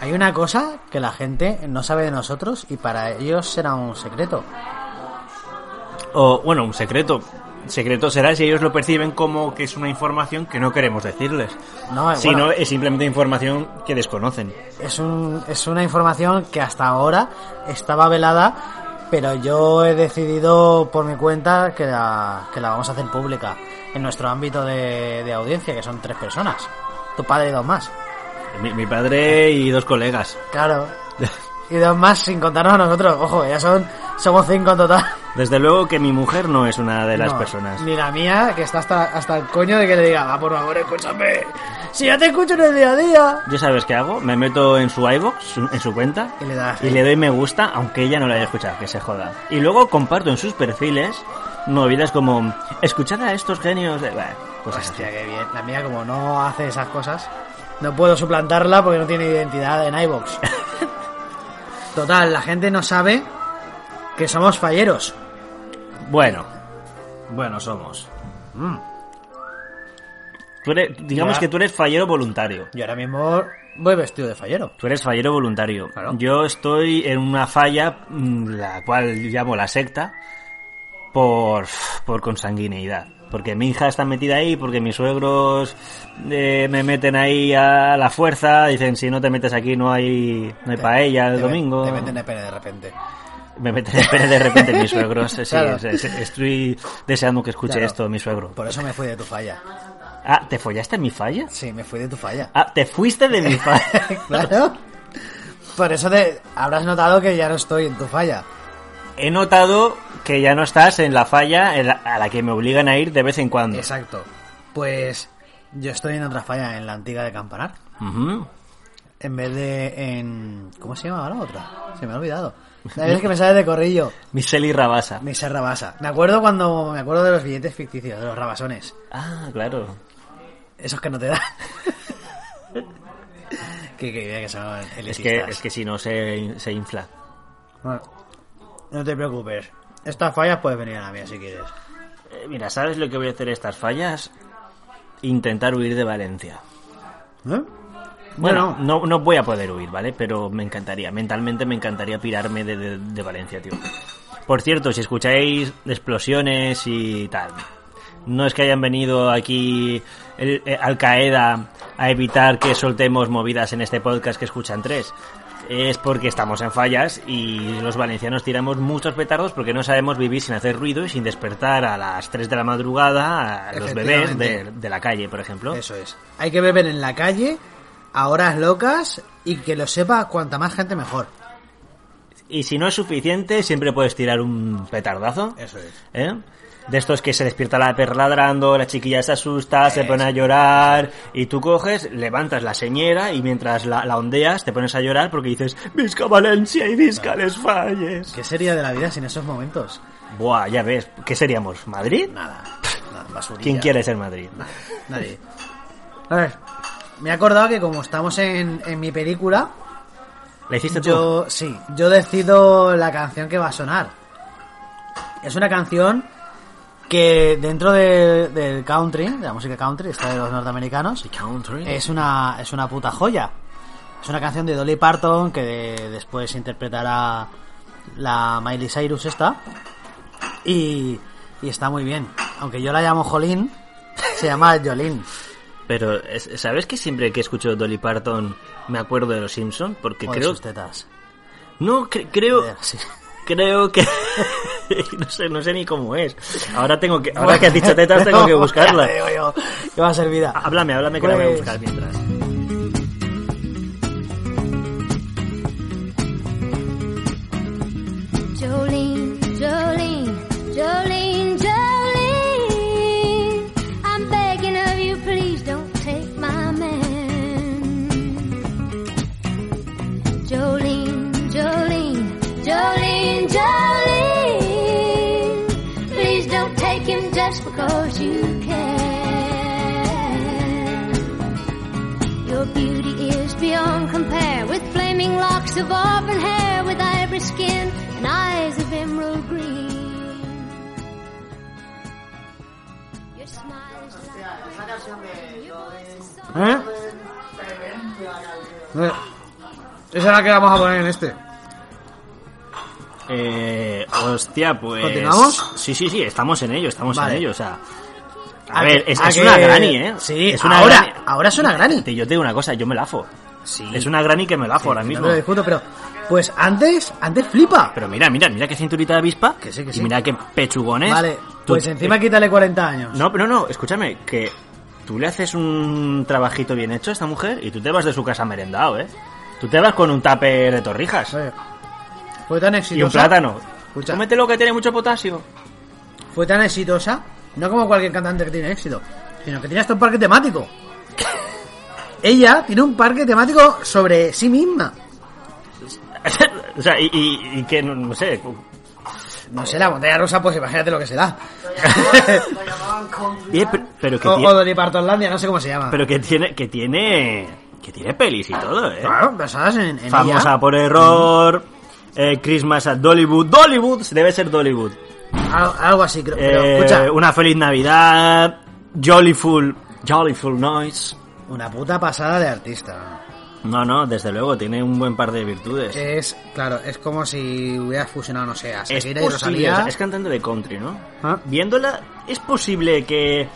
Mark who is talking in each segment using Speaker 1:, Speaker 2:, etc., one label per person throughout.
Speaker 1: Hay una cosa que la gente no sabe de nosotros y para ellos será un secreto.
Speaker 2: O, bueno, un secreto. Secreto será si ellos lo perciben como que es una información que no queremos decirles.
Speaker 1: No, eh,
Speaker 2: Si
Speaker 1: bueno,
Speaker 2: no, es simplemente información que desconocen.
Speaker 1: es, un- es una información que hasta ahora estaba velada, pero yo he decidido por mi cuenta que la, que la vamos a hacer pública en nuestro ámbito de, de audiencia, que son tres personas. Tu padre y dos más.
Speaker 2: Mi, mi padre y dos colegas.
Speaker 1: Claro. Y dos más sin contarnos a nosotros. Ojo, ya son somos cinco en total.
Speaker 2: Desde luego que mi mujer no es una de las
Speaker 1: No,
Speaker 2: personas.
Speaker 1: Ni la mía, que está hasta, hasta el coño de que le diga, va, por favor, escúchame. Si ya te escucho en el día a día.
Speaker 2: Yo sabes qué hago, me meto en su iBox, su- en su cuenta,
Speaker 1: Y le das
Speaker 2: y
Speaker 1: ahí.
Speaker 2: le doy me gusta, aunque ella no lo haya escuchado, que se joda. Y luego comparto en sus perfiles movidas como, escuchad a estos genios de... Bah, cosas así.
Speaker 1: Hostia, qué bien. La mía, como no hace esas cosas, no puedo suplantarla porque no tiene identidad en iBox. Total, la gente no sabe que somos falleros.
Speaker 2: Bueno, bueno somos. Mm. Tú eres- digamos
Speaker 1: Ya.
Speaker 2: que tú eres fallero voluntario.
Speaker 1: Yo ahora mismo voy vestido de fallero.
Speaker 2: Tú eres fallero voluntario.
Speaker 1: Claro.
Speaker 2: Yo estoy en una falla, mm, la cual llamo la secta, por, por consanguineidad. Porque mi hija está metida ahí, porque mis suegros eh, me meten ahí a la fuerza, dicen si no te metes aquí no hay, no hay paella el
Speaker 1: Te-
Speaker 2: domingo.
Speaker 1: Te meten de pene de repente.
Speaker 2: Me meten en pere de repente mis suegros. Sí,
Speaker 1: Claro.
Speaker 2: es- es- estoy deseando que escuche
Speaker 1: Claro.
Speaker 2: esto mi suegro.
Speaker 1: Por eso me fui de tu falla.
Speaker 2: Ah, ¿te follaste en mi falla?
Speaker 1: Sí, me fui de tu falla.
Speaker 2: Ah, ¿te fuiste de mi falla?
Speaker 1: claro. Por eso te habrás notado que ya no estoy en tu falla.
Speaker 2: He notado que ya no estás en la falla en la- a la que me obligan a ir de vez en cuando.
Speaker 1: Exacto. Pues yo estoy en otra falla, en la antigua de Campanar.
Speaker 2: Ujú.
Speaker 1: En vez de en... ¿Cómo se llama la otra? Se me ha olvidado. La vez que me sale de corrillo,
Speaker 2: Miseli Rabasa.
Speaker 1: mi ser rabasa. Me acuerdo cuando... Me acuerdo de los billetes ficticios, de los rabasones.
Speaker 2: Ah, claro.
Speaker 1: Esos que no te dan. que, que, bien que son elitistas.
Speaker 2: Es que, es que si no se, se infla.
Speaker 1: Bueno, no te preocupes. Estas fallas puedes venir a la mía si quieres.
Speaker 2: Eh, mira, ¿sabes lo que voy a hacer estas fallas? Intentar huir de Valencia.
Speaker 1: ¿Eh?
Speaker 2: Bueno, no, no voy a poder huir, ¿vale? Pero me encantaría, mentalmente me encantaría pirarme de, de- de Valencia, tío. Por cierto, si escucháis explosiones y tal, no es que hayan venido aquí el- eh, Al Qaeda a evitar que soltemos movidas en este podcast que escuchan tres. Es porque estamos en fallas y los valencianos tiramos muchos petardos porque no sabemos vivir sin hacer ruido y sin despertar a las 3 de la madrugada a los bebés de,
Speaker 1: Efectivamente.
Speaker 2: de la calle, por ejemplo.
Speaker 1: Eso es. Hay que beber en la calle, a horas locas, y que lo sepa cuanta más gente mejor.
Speaker 2: Y si no es suficiente, siempre puedes tirar un petardazo.
Speaker 1: Eso es.
Speaker 2: ¿eh? De estos que se despierta la perra ladrando, la chiquilla se asusta, se pone a llorar, y tú coges, levantas la señera y mientras la, la ondeas te pones a llorar porque dices, Visca Valencia y Visca les falles.
Speaker 1: ¿Qué sería de la vida sin esos momentos?
Speaker 2: Buah, ya ves, ¿qué seríamos? ¿Madrid?
Speaker 1: Nada. Nada, basurilla.
Speaker 2: ¿Quién quiere ser Madrid?
Speaker 1: Nadie. A ver, me he acordado que como estamos en, en mi película,
Speaker 2: ¿La hiciste tú?
Speaker 1: yo, sí, yo decido la canción que va a sonar. Es una canción que dentro de- del country, de la música country, está de los norteamericanos, Es una, es una puta joya. Es una canción de Dolly Parton que de- después interpretará la Miley Cyrus esta. Y, y está muy bien. Aunque yo la llamo Jolín, se llama Jolín.
Speaker 2: Pero, es- ¿sabes que siempre que escucho Dolly Parton me acuerdo de los Simpsons? Porque
Speaker 1: O de
Speaker 2: creo...
Speaker 1: sus tetas.
Speaker 2: No, cre- creo...
Speaker 1: Sí.
Speaker 2: Creo que no sé, no sé ni cómo es. Ahora tengo que, ahora que has dicho tetas tengo que
Speaker 1: Ya te
Speaker 2: buscarla.
Speaker 1: digo yo, que va a ser vida.
Speaker 2: Háblame, háblame que la voy a
Speaker 1: Pues-
Speaker 2: buscar mientras.
Speaker 3: Jolene, Jolene, Jolene, Jolene. I'm begging of you, please don't take my man. Jolene, Jolene, Jolene, Jolene. Please don't take him just because you can. Your beauty is beyond compare with flaming locks of auburn hair, with ivory skin and eyes of emerald green. Your smile is like
Speaker 1: ¿Eh? Eh,
Speaker 4: Esa es la que vamos a poner en este.
Speaker 2: Eh, hostia, pues.
Speaker 4: ¿Continuamos?
Speaker 2: Sí, sí, sí, estamos en ello, estamos
Speaker 1: Vale. Ah,
Speaker 2: en ello, o sea. A, ver, es, es una
Speaker 1: que-
Speaker 2: granny, ¿eh?
Speaker 1: Sí,
Speaker 2: es una
Speaker 1: ahora,
Speaker 2: granny.
Speaker 1: ahora es una granny.
Speaker 2: Te- Yo te digo una cosa, yo me lafo.
Speaker 1: Sí.
Speaker 2: Es una granny que me lafo ahora
Speaker 1: Sí,
Speaker 2: mismo.
Speaker 1: No lo discuto, pero. Pues antes, antes flipa.
Speaker 2: Pero mira, mira, mira qué cinturita de avispa.
Speaker 1: Que sí, que sí.
Speaker 2: Y mira qué pechugones.
Speaker 1: Vale,
Speaker 2: Tú-
Speaker 1: pues encima quítale 40 años.
Speaker 2: No, pero no, escúchame, que tú le haces un trabajito bien hecho a esta mujer y tú te vas de su casa merendado, ¿eh? Tú te vas con un tupper de torrijas
Speaker 1: Oye, Fue tan exitosa.
Speaker 2: y un plátano.
Speaker 1: Escucha.
Speaker 2: Cómete lo que tiene mucho potasio.
Speaker 1: Fue tan exitosa. No como cualquier cantante que tiene éxito. Sino que tiene hasta un parque temático. Ella tiene un parque temático sobre sí misma.
Speaker 2: o sea, y, y- y que, no, no sé,
Speaker 1: No sé, la montaña rusa, pues imagínate lo que se da.
Speaker 2: Eh, pero, pero que
Speaker 1: o
Speaker 2: tiene,
Speaker 1: o Donipartolandia, no sé cómo se llama.
Speaker 2: pero que tiene, que tiene, que tiene pelis y todo, ¿eh?
Speaker 1: claro, basadas en, en
Speaker 2: Famosa
Speaker 1: ella.
Speaker 2: por error, eh, Christmas at Dollywood, Dollywood, debe ser Dollywood.
Speaker 1: Al- algo así, creo. Pero
Speaker 2: Eh,
Speaker 1: escucha,
Speaker 2: Una feliz Navidad, Jollyful, Jollyful Noise.
Speaker 1: una puta pasada de artista.
Speaker 2: No, no, desde luego, tiene un buen par de virtudes.
Speaker 1: Es, claro, es como si hubieras fusionado, no sé, a
Speaker 2: es
Speaker 1: Shakira y
Speaker 2: posible, o
Speaker 1: Rosalía.
Speaker 2: sea, es cantante de country, ¿no?
Speaker 1: Ah.
Speaker 2: Viéndola, es posible que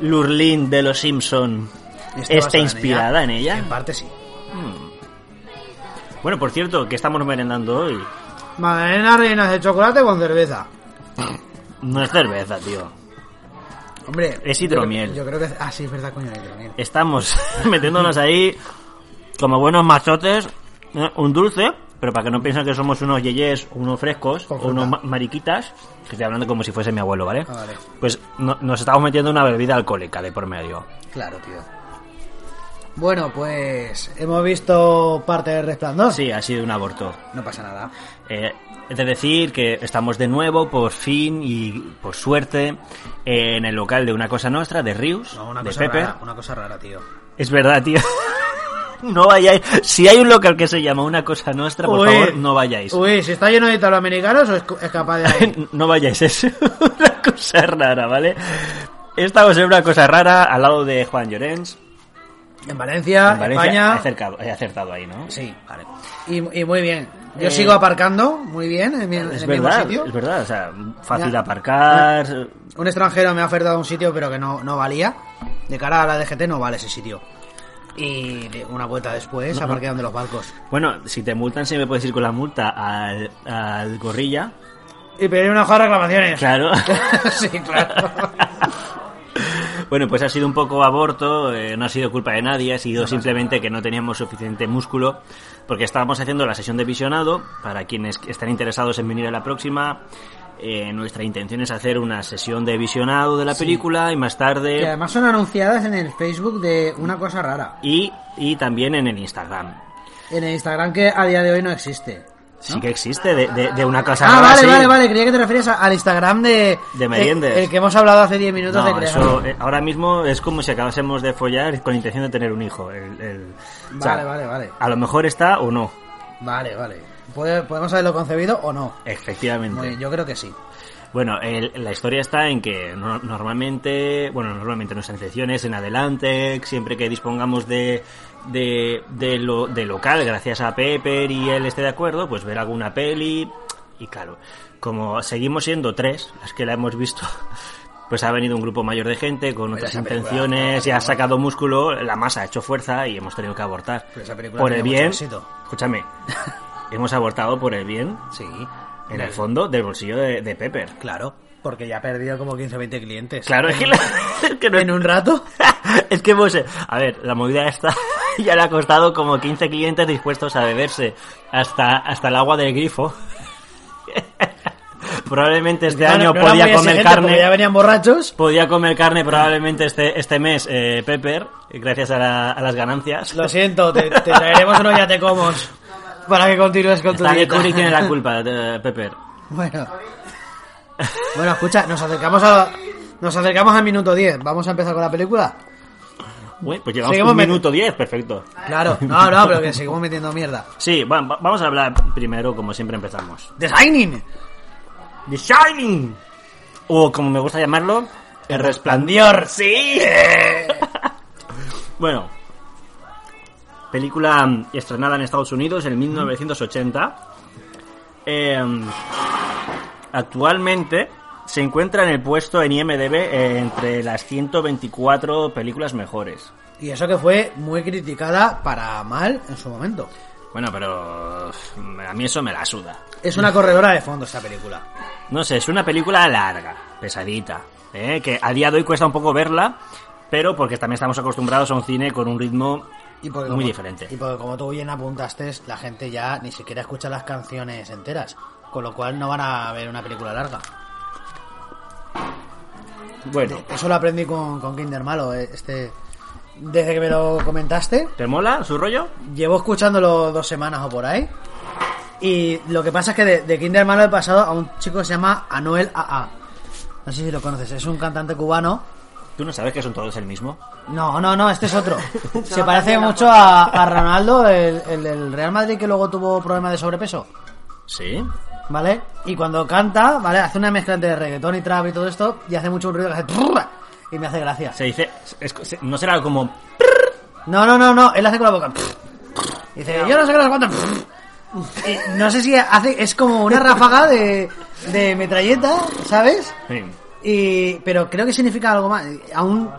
Speaker 2: Lurlin de los Simpson
Speaker 1: Y esto
Speaker 2: esté
Speaker 1: basado en
Speaker 2: inspirada en ella.
Speaker 1: En parte sí.
Speaker 2: Bueno, por cierto, que estamos merendando hoy.
Speaker 1: Magdalena rellenas de chocolate con cerveza.
Speaker 2: No es cerveza, tío.
Speaker 1: Hombre.
Speaker 2: Es
Speaker 1: yo
Speaker 2: hidromiel. Eh.
Speaker 1: creo- Yo, creo que. Ah, sí, es verdad, coño, es hidromiel.
Speaker 2: Estamos metiéndonos ahí como buenos machotes, ¿eh? un dulce, pero para que no piensen que somos unos yeyes, unos frescos,
Speaker 1: Con
Speaker 2: o unos
Speaker 1: fruta.
Speaker 2: ma- mariquitas, que estoy hablando como si fuese mi abuelo, ¿vale?
Speaker 1: Ah, vale.
Speaker 2: Pues no- nos estamos metiendo una bebida alcohólica de por medio.
Speaker 1: Claro, tío. Bueno, pues. Hemos visto parte del resplandor.
Speaker 2: Sí, ha sido un aborto.
Speaker 1: No pasa nada.
Speaker 2: Eh, he de decir que estamos de nuevo, por fin y por suerte, en el local de Una Cosa Nostra, de Rius,
Speaker 1: No, una
Speaker 2: de
Speaker 1: cosa
Speaker 2: Pepe.
Speaker 1: rara. Una cosa rara, tío.
Speaker 2: Es verdad, tío. No vayáis. Si hay un local que se llama Una Cosa Nuestra, por
Speaker 1: Uy.
Speaker 2: favor, no vayáis.
Speaker 1: Uy, si está lleno de italoamericanos, o es, es capaz de.
Speaker 2: No vayáis, es una cosa rara, ¿vale? Estamos en una cosa rara al lado de Juan Llorens.
Speaker 1: en Valencia,
Speaker 2: En Valencia,
Speaker 1: Ah, España.
Speaker 2: he acercado- he acertado ahí, ¿no?
Speaker 1: Sí.
Speaker 2: Vale.
Speaker 1: Y, y muy bien. Yo
Speaker 2: Eh,
Speaker 1: sigo aparcando muy bien en, mi, en
Speaker 2: Es
Speaker 1: el mismo
Speaker 2: verdad,
Speaker 1: sitio.
Speaker 2: es verdad. O sea, fácil
Speaker 1: Ya.
Speaker 2: aparcar.
Speaker 1: Un extranjero me ha ofertado un sitio, pero que no, no valía. De cara a la DGT no vale ese sitio. Y de- una vuelta después aparqué donde los barcos.
Speaker 2: Bueno, si te multan, se me puedes ir con la multa al, al gorrilla.
Speaker 1: Y pedí una hoja de reclamaciones.
Speaker 2: Claro.
Speaker 1: sí, claro.
Speaker 2: Bueno, pues ha sido un poco aborto, eh, no ha sido culpa de nadie, ha sido simplemente que no teníamos suficiente músculo, porque estábamos haciendo la sesión de visionado, para quienes están interesados en venir a la próxima, eh, nuestra intención es hacer una sesión de visionado de la película y más
Speaker 1: Y
Speaker 2: tarde...
Speaker 1: además son anunciadas en el Facebook de una cosa rara.
Speaker 2: Y, y también en el Instagram.
Speaker 1: En el Instagram que a día de hoy no existe.
Speaker 2: Sí que existe, de, de- de una cosa...
Speaker 1: Ah,
Speaker 2: rara,
Speaker 1: vale,
Speaker 2: sí.
Speaker 1: vale, vale. Creía que te referías a- al Instagram de...
Speaker 2: De Meriendes.
Speaker 1: El, el que hemos hablado hace 10 minutos de
Speaker 2: No,
Speaker 1: crear.
Speaker 2: eso, eh, ahora mismo es como si acabásemos de follar con intención de tener un hijo. El- el- o sea,
Speaker 1: Vale, vale, vale.
Speaker 2: A lo mejor está o no,
Speaker 1: Vale, vale. Puede- ¿Podemos haberlo concebido o no?
Speaker 2: efectivamente.
Speaker 1: Muy- yo creo que sí.
Speaker 2: Bueno, el- la historia está en que no- normalmente, bueno, normalmente nuestra intención es en adelante, siempre que dispongamos de, de, de lo, de local, gracias a Pepper y él esté de acuerdo, pues ver alguna peli. Y claro, como seguimos siendo tres, las que la hemos visto, pues ha venido un grupo mayor de gente con otras
Speaker 1: esa película,
Speaker 2: intenciones y ha sacado músculo, la masa ha hecho fuerza y hemos tenido que abortar.
Speaker 1: Pero esa película
Speaker 2: Por el
Speaker 1: tenía mucho
Speaker 2: bien,
Speaker 1: éxito.
Speaker 2: escúchame, hemos abortado por el bien,
Speaker 1: Sí.
Speaker 2: en el fondo, del bolsillo de, de Pepper.
Speaker 1: Claro, porque ya ha perdido como 15 o 20 clientes.
Speaker 2: Claro, es que, la- es que no-
Speaker 1: En un rato.
Speaker 2: es que hemos- A ver, la movida esta ya le ha costado como 15 clientes dispuestos a beberse hasta, hasta el agua del grifo. Probablemente este
Speaker 1: No,
Speaker 2: año
Speaker 1: no era muy
Speaker 2: podía comer
Speaker 1: exigente, porque
Speaker 2: carne.
Speaker 1: Ya venían borrachos.
Speaker 2: Podía comer carne probablemente este, este mes, eh, Pepper, gracias a, la- a las ganancias.
Speaker 1: Lo siento, te, te traeremos uno ya te comos. Para que continúes con tu
Speaker 2: Stanley
Speaker 1: dieta.
Speaker 2: Kubrick tiene la culpa, eh, Pepper.
Speaker 1: Bueno. Bueno, escucha, nos acercamos a. Nos acercamos al minuto 10. Vamos a empezar con la película.
Speaker 2: Uy, pues llevamos
Speaker 1: Seguimos
Speaker 2: un
Speaker 1: meti-
Speaker 2: minuto 10, perfecto.
Speaker 1: Claro, no, no, pero que seguimos metiendo mierda.
Speaker 2: Sí, va- va- vamos a hablar primero, como siempre empezamos.
Speaker 1: The Shining.
Speaker 2: The Shining. O como me gusta llamarlo, El Resplandor. Sí. bueno, Película mm, estrenada en Estados Unidos en 1980. Eh, actualmente se encuentra en el puesto en IMDB eh, entre las 124 películas mejores.
Speaker 1: Y eso que fue muy criticada para mal en su momento.
Speaker 2: Bueno, pero mm, a mí eso me la suda.
Speaker 1: Es una corredora de fondo esta película.
Speaker 2: No sé, es una película larga, pesadita, ¿eh? que a día de hoy cuesta un poco verla, pero porque también estamos acostumbrados a un cine con un ritmo
Speaker 1: Y porque
Speaker 2: muy
Speaker 1: como-
Speaker 2: diferente.
Speaker 1: Y porque como tú bien apuntaste, la gente ya ni siquiera escucha las canciones enteras. Con lo cual no van a ver una película larga.
Speaker 2: Bueno,
Speaker 1: Eso lo aprendí con, con Kinder Malo. eh, Este, desde que me lo comentaste,
Speaker 2: ¿te mola su rollo?
Speaker 1: llevo escuchándolo dos semanas o por ahí. Y lo que pasa es que de, de Kinder Malo he pasado a un chico que se llama Anuel AA. No sé si lo conoces, es un cantante cubano.
Speaker 2: ¿Tú no sabes que son todos el mismo?
Speaker 1: No, no, no, este es otro. Se parece mucho a, a Ronaldo, el, el del Real Madrid que luego tuvo problemas de sobrepeso.
Speaker 2: Sí.
Speaker 1: ¿Vale? Y cuando canta, ¿vale? Hace una mezcla entre reggaetón y trap y todo esto. Y hace mucho un ruido que hace. trrrra, Y me hace gracia.
Speaker 2: Se dice... es- se- no será como...
Speaker 1: No, no, no, no, él hace con la boca. Y dice, yo no sé qué, no sé cuánto. Y no sé si hace, es como una ráfaga de, de metralleta, ¿sabes?
Speaker 2: Sí.
Speaker 1: Y, pero creo que significa algo más. Aún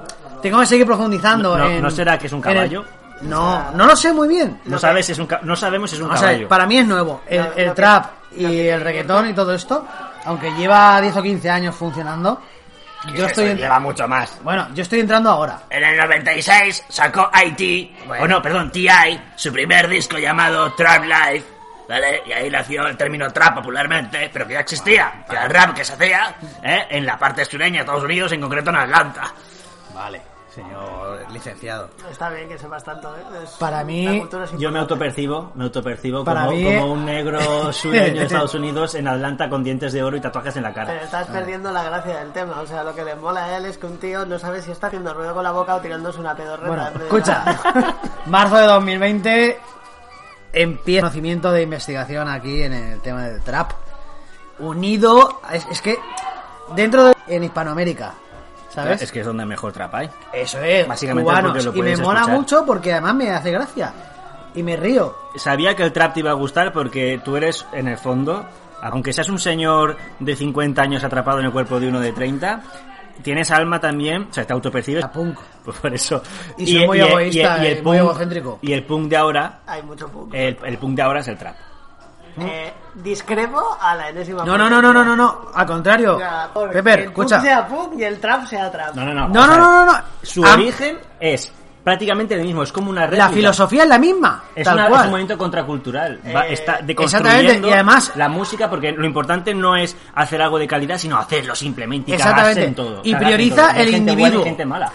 Speaker 1: tengo que seguir profundizando.
Speaker 2: No- no-
Speaker 1: en-
Speaker 2: ¿no será que es un
Speaker 1: en el-
Speaker 2: caballo?
Speaker 1: No, no lo sé muy bien.
Speaker 2: No, sabes si es un ca- no sabemos si es un
Speaker 1: O sea,
Speaker 2: caballo.
Speaker 1: para mí es nuevo. El,
Speaker 4: Lo-
Speaker 1: el
Speaker 4: lo que-
Speaker 1: trap y
Speaker 4: lo que-
Speaker 1: el reggaetón y todo esto, aunque lleva 10 o 15 años funcionando, yo
Speaker 2: Eso
Speaker 1: estoy. en-
Speaker 2: lleva mucho más.
Speaker 1: Bueno, yo estoy entrando ahora.
Speaker 2: En el 96 sacó IT, o no, perdón, TI, su primer disco llamado Trap Life, ¿vale? Y ahí nació el término trap popularmente, pero que ya existía, que era el rap que se hacía ¿eh? en la parte sureña de Estados Unidos, en concreto en Atlanta.
Speaker 1: Vale, señor licenciado.
Speaker 4: Está bien que sepas tanto, ¿eh? Es-
Speaker 1: Para mí-
Speaker 4: la cultura es
Speaker 2: Yo me autopercibo, me autopercibo
Speaker 1: Para
Speaker 2: como,
Speaker 1: mí-
Speaker 2: como un negro sureño de Estados Unidos en Atlanta con dientes de oro y tatuajes en la
Speaker 4: Pero
Speaker 1: Eh,
Speaker 2: cara.
Speaker 1: Ah.
Speaker 4: estás perdiendo la gracia del tema. O sea, lo que le mola a él es que un tío no sabe si está haciendo ruido con la boca o tirándose una pedorreta.
Speaker 1: Bueno,
Speaker 4: De-
Speaker 1: escucha. Marzo de 2020 empieza el conocimiento de investigación aquí en el tema del trap. Unido, es, es que dentro de en Hispanoamérica, ¿sabes?
Speaker 2: Es que es donde mejor trap hay.
Speaker 1: Eso es,
Speaker 2: Básicamente porque
Speaker 1: cubanos.
Speaker 2: lo
Speaker 1: y me
Speaker 2: puedes
Speaker 1: mola
Speaker 2: escuchar.
Speaker 1: mucho porque además me hace gracia y me río.
Speaker 2: Sabía que el trap te iba a gustar porque tú eres, en el fondo, aunque seas un señor de 50 años atrapado en el cuerpo de uno de 30, tienes alma también, o sea, te autopercibes.
Speaker 1: A punk.
Speaker 2: Pues por eso.
Speaker 1: Y soy muy egoísta y muy
Speaker 2: punk-
Speaker 1: egocéntrico.
Speaker 2: Y el punk de ahora,
Speaker 4: Hay mucho poco. Eh,
Speaker 2: el, el punk de ahora es el trap.
Speaker 4: discrepo a la enésima.
Speaker 1: No, no, no, no, no, no, no. Al contrario.
Speaker 4: Ya, pobre,
Speaker 1: Pepper,
Speaker 4: que el
Speaker 1: escucha.
Speaker 4: punk sea punk y el trap sea trap.
Speaker 2: No, no, no.
Speaker 1: No,
Speaker 2: o
Speaker 1: no,
Speaker 2: sea,
Speaker 1: no, no, no.
Speaker 2: Su
Speaker 1: Ah,
Speaker 2: origen es prácticamente el mismo, es como una red.
Speaker 1: La filosofía es la misma.
Speaker 2: Es,
Speaker 1: tal
Speaker 2: una- es
Speaker 1: cual.
Speaker 2: un movimiento contracultural. Va-
Speaker 4: Eh,
Speaker 2: está
Speaker 1: exactamente,
Speaker 2: deconstruyendo
Speaker 1: y además-
Speaker 2: la música, porque lo importante no es hacer algo de calidad, sino hacerlo simplemente y
Speaker 1: Exactamente.
Speaker 2: cagarse en todo.
Speaker 1: Y
Speaker 2: Cagarse
Speaker 1: prioriza
Speaker 2: en todo. Hay
Speaker 1: el
Speaker 2: gente buena y
Speaker 1: individuo.
Speaker 2: gente mala.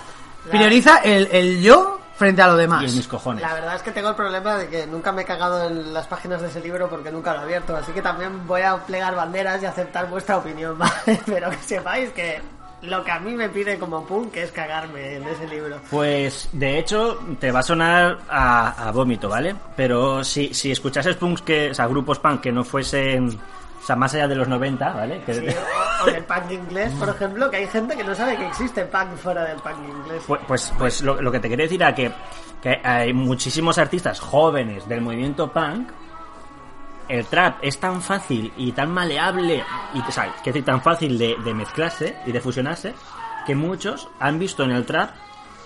Speaker 1: Prioriza el, el yo frente a lo demás.
Speaker 2: Y en mis cojones.
Speaker 4: La verdad es que tengo el problema de que nunca me he cagado en las páginas de ese libro porque nunca lo he abierto, así que también voy a plegar banderas y aceptar vuestra opinión, ¿vale? Pero que sepáis que lo que a mí me pide como punk es cagarme en ese libro.
Speaker 2: Pues de hecho te va a sonar a, a vómito, ¿vale? Pero si, si escuchases punks que, o sea, grupos punk que no fuesen, o sea, más allá de los 90, ¿vale? Que-
Speaker 4: Sí, o, o del punk inglés, por ejemplo, que hay gente que no sabe que existe punk fuera del punk inglés.
Speaker 2: Pues, pues, pues lo, lo que te quería decir era que, que hay muchísimos artistas jóvenes del movimiento punk. El trap es tan fácil y tan maleable, y, o sea, que es tan fácil de, de mezclarse y de fusionarse, que muchos han visto en el trap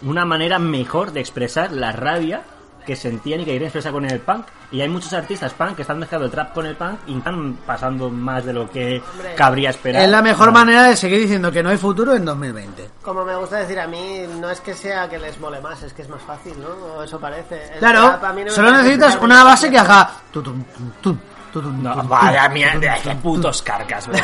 Speaker 2: una manera mejor de expresar la rabia que sentían y que querían expresar con el punk. Y hay muchos artistas punk que están mezclando el trap con el punk y están pasando más de lo que cabría esperar.
Speaker 1: Es la mejor
Speaker 2: Bueno,
Speaker 1: manera de seguir diciendo que no hay futuro en 2020.
Speaker 4: Como me gusta decir a mí, no es que sea que les mole más, es que es más fácil, ¿no? O eso parece. El trap a
Speaker 1: Claro,
Speaker 4: mí no me
Speaker 1: solo
Speaker 4: parece
Speaker 1: necesitas
Speaker 4: tan
Speaker 1: una base que
Speaker 4: difícil.
Speaker 1: haga... tutum, tum, tum, tutum,
Speaker 2: No,
Speaker 1: tum,
Speaker 2: vaya
Speaker 1: tum,
Speaker 2: mierda,
Speaker 1: tutum,
Speaker 2: qué
Speaker 1: tum,
Speaker 2: putos carcas, güey.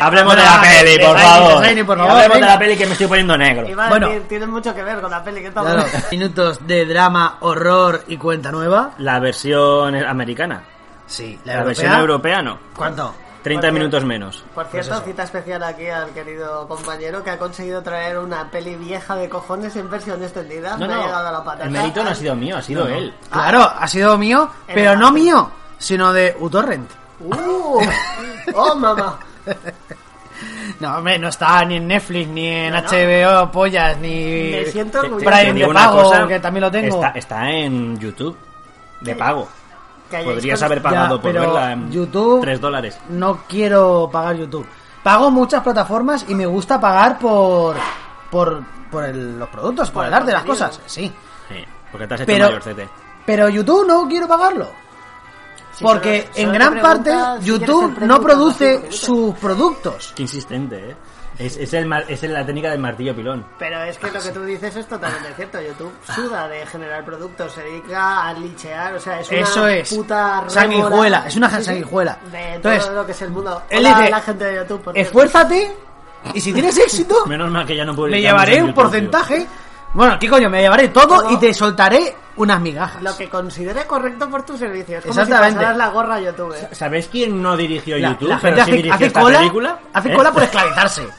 Speaker 2: Hablemos de
Speaker 1: Bueno,
Speaker 2: la peli, por
Speaker 1: Desaini,
Speaker 2: favor.
Speaker 1: Desaini, por favor,
Speaker 2: Hablemos de
Speaker 1: venga.
Speaker 2: la peli que me estoy poniendo negro.
Speaker 4: Iba a
Speaker 1: Bueno.
Speaker 4: decir, tiene mucho que ver con la peli que estamos
Speaker 1: Claro, minutos de drama, horror y cuenta nueva.
Speaker 2: La versión americana.
Speaker 1: Sí, la,
Speaker 2: La,
Speaker 1: europea.
Speaker 2: versión europea no.
Speaker 1: ¿Cuánto?
Speaker 2: 30 minutos menos.
Speaker 4: Por
Speaker 1: Pues
Speaker 4: cierto, cita especial aquí al querido compañero que ha conseguido traer una peli vieja de cojones en versión extendida.
Speaker 2: No,
Speaker 4: Me ha llegado la
Speaker 2: no,
Speaker 4: patata.
Speaker 2: el mérito no ha sido mío, ha sido él.
Speaker 1: Claro, ha sido mío, pero
Speaker 4: verdad.
Speaker 1: no mío, sino de Utorrent.
Speaker 4: ¡Uh! ¡Oh, mamá!
Speaker 1: No, hombre, no está ni en Netflix, ni en
Speaker 4: No, no.
Speaker 1: HBO, pollas, ni.
Speaker 4: Me siento
Speaker 2: Te- te-
Speaker 4: orgulloso.
Speaker 2: te
Speaker 1: Prime
Speaker 2: digo
Speaker 1: de
Speaker 2: una
Speaker 1: pago,
Speaker 2: cosa,
Speaker 1: que también lo tengo.
Speaker 2: Está, está en YouTube, de pago.
Speaker 4: Que hayáis
Speaker 2: Podrías
Speaker 4: con-
Speaker 2: haber pagado por
Speaker 1: pero
Speaker 2: verla en
Speaker 1: YouTube-
Speaker 2: 3 dólares.
Speaker 1: No quiero pagar YouTube. Pago muchas plataformas y me gusta pagar por. por, por el- los productos, por,
Speaker 4: Por
Speaker 1: el
Speaker 4: el
Speaker 1: arte de las
Speaker 4: contenido.
Speaker 1: cosas. Sí.
Speaker 2: Sí, porque te has hecho
Speaker 1: Pero-
Speaker 2: mayorcete.
Speaker 1: Pero YouTube no quiero pagarlo.
Speaker 4: Sí,
Speaker 1: porque
Speaker 4: pero
Speaker 1: en
Speaker 4: solo te
Speaker 1: gran
Speaker 4: pregunta
Speaker 1: parte
Speaker 4: si quieres
Speaker 1: YouTube
Speaker 4: el
Speaker 1: no
Speaker 4: producto,
Speaker 1: produce
Speaker 4: no si el
Speaker 1: sus productos.
Speaker 2: Qué insistente, ¿eh? Es, es, el, mar- es la técnica del martillo pilón.
Speaker 4: Pero es que lo que tú dices es totalmente cierto. YouTube suda de generar productos, se dedica a lichear, o sea, es una
Speaker 1: Eso es.
Speaker 4: puta rémora.
Speaker 1: Sanguijuela, es una
Speaker 4: Sí, sí.
Speaker 1: sanguijuela.
Speaker 4: De
Speaker 1: Entonces,
Speaker 4: todo lo que es el mundo.
Speaker 1: él
Speaker 4: Hola,
Speaker 1: dice,
Speaker 4: la gente de YouTube, por cierto.
Speaker 1: Esfuérzate y si tienes éxito,
Speaker 2: Menos mal que ya no
Speaker 1: me
Speaker 2: publicamos
Speaker 1: llevaré
Speaker 2: en
Speaker 1: un
Speaker 2: YouTube,
Speaker 1: porcentaje. Bueno, ¿qué coño? Me llevaré todo,
Speaker 4: Todo.
Speaker 1: y te soltaré unas migajas.
Speaker 4: Lo que considere correcto por tus servicios. Como
Speaker 1: Exactamente.
Speaker 4: Si pasaras la gorra a YouTube. ¿eh?
Speaker 2: tío. ¿Sabéis quién no dirigió
Speaker 1: La,
Speaker 2: YouTube?
Speaker 1: la
Speaker 2: pero
Speaker 1: gente
Speaker 2: sí
Speaker 1: hace,
Speaker 2: dirigió
Speaker 1: hace
Speaker 2: esta
Speaker 1: cola,
Speaker 2: película?
Speaker 1: hace
Speaker 2: ¿Eh?
Speaker 1: cola por esclavizarse.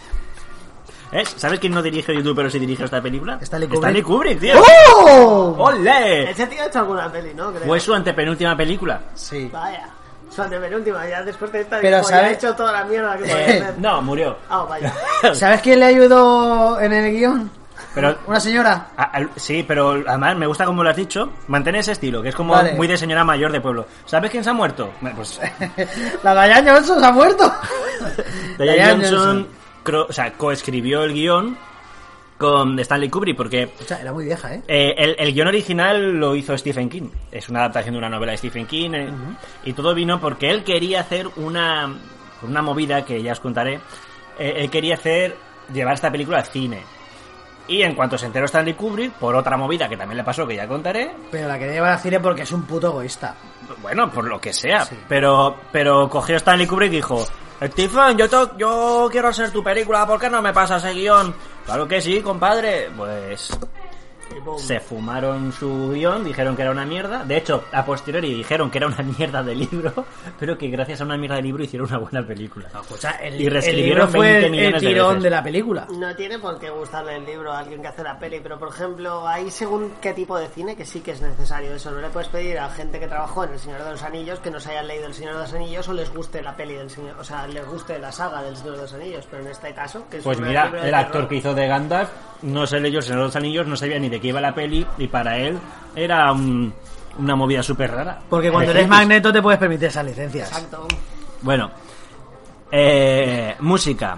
Speaker 2: ¿Eh? ¿Sabes quién no dirigió YouTube pero sí dirigió esta película?
Speaker 1: Stanley Kubrick.
Speaker 2: Kubrick, tío.
Speaker 1: ¡Oh!
Speaker 2: ¡Ole!
Speaker 4: Ese tío ha hecho alguna peli, ¿no? Creo.
Speaker 1: Pues-
Speaker 2: Fue su antepenúltima película.
Speaker 1: Sí.
Speaker 4: Vaya. Su antepenúltima, ya después de esta
Speaker 1: Pero Eh,
Speaker 4: dijo, ya
Speaker 1: sabe-
Speaker 4: he hecho toda la mierda que podía hacer.
Speaker 2: No, murió.
Speaker 4: Ah, vaya.
Speaker 1: ¿Sabes quién le ayudó en el guión?
Speaker 2: Pero
Speaker 1: Una señora.
Speaker 2: Ah, al- Sí, pero además me gusta como lo has dicho. Mantén ese estilo, que es como
Speaker 1: Vale.
Speaker 2: muy de señora mayor de pueblo. ¿Sabes quién se ha muerto? Bueno, Pues
Speaker 1: La Diane Johnson se ha muerto.
Speaker 2: Diane Johnson cro- o sea, coescribió el guión con Stanley Kubrick, porque
Speaker 1: O sea, era muy vieja, ¿eh?
Speaker 2: eh, el, el guión original lo hizo Stephen King. Es una adaptación de una novela de Stephen King. eh, Y todo vino porque él quería hacer una, una movida que ya os contaré. Eh, él quería hacer llevar esta película al cine. Y en cuanto se enteró Stanley Kubrick, por otra movida que también le pasó, que ya contaré,
Speaker 1: Pero la quería llevar al cine porque es un puto egoísta.
Speaker 2: Bueno, por lo que sea. Pero, pero cogió Stanley Kubrick y dijo: Stephen, yo, to- yo quiero hacer tu película, ¿por qué no me pasas el guión? Claro que sí, compadre. Pues. Se fumaron su guión, dijeron que era una mierda. De hecho, a posteriori dijeron que era una mierda de libro, pero que gracias a una mierda de libro hicieron una buena película.
Speaker 1: O sea, Ah, pues el,
Speaker 2: Y
Speaker 1: el
Speaker 2: reescribieron
Speaker 1: libro fue el,
Speaker 2: 20
Speaker 1: el
Speaker 2: millones de
Speaker 1: tirón
Speaker 2: veces.
Speaker 1: de la película.
Speaker 4: No tiene por qué gustarle el libro a alguien que hace la peli, pero por ejemplo, hay según qué tipo de cine que sí que es necesario eso. No le puedes pedir a gente que trabajó en El Señor de los Anillos que no se hayan leído El Señor de los Anillos o les guste la peli del Señor, o sea, les guste la saga del Señor de los Anillos, pero en este caso, que es
Speaker 2: Pues
Speaker 4: un
Speaker 2: mira,
Speaker 4: libro de
Speaker 2: el actor
Speaker 4: terror.
Speaker 2: que hizo de Gandalf no se leyó El Señor de los Anillos, no sabía ni de qué iba la peli, y para él era un- una movida súper rara.
Speaker 1: Porque cuando
Speaker 2: De
Speaker 1: eres
Speaker 2: hippies.
Speaker 1: magneto te puedes permitir esas licencias.
Speaker 4: Exacto.
Speaker 2: Bueno, eh, música.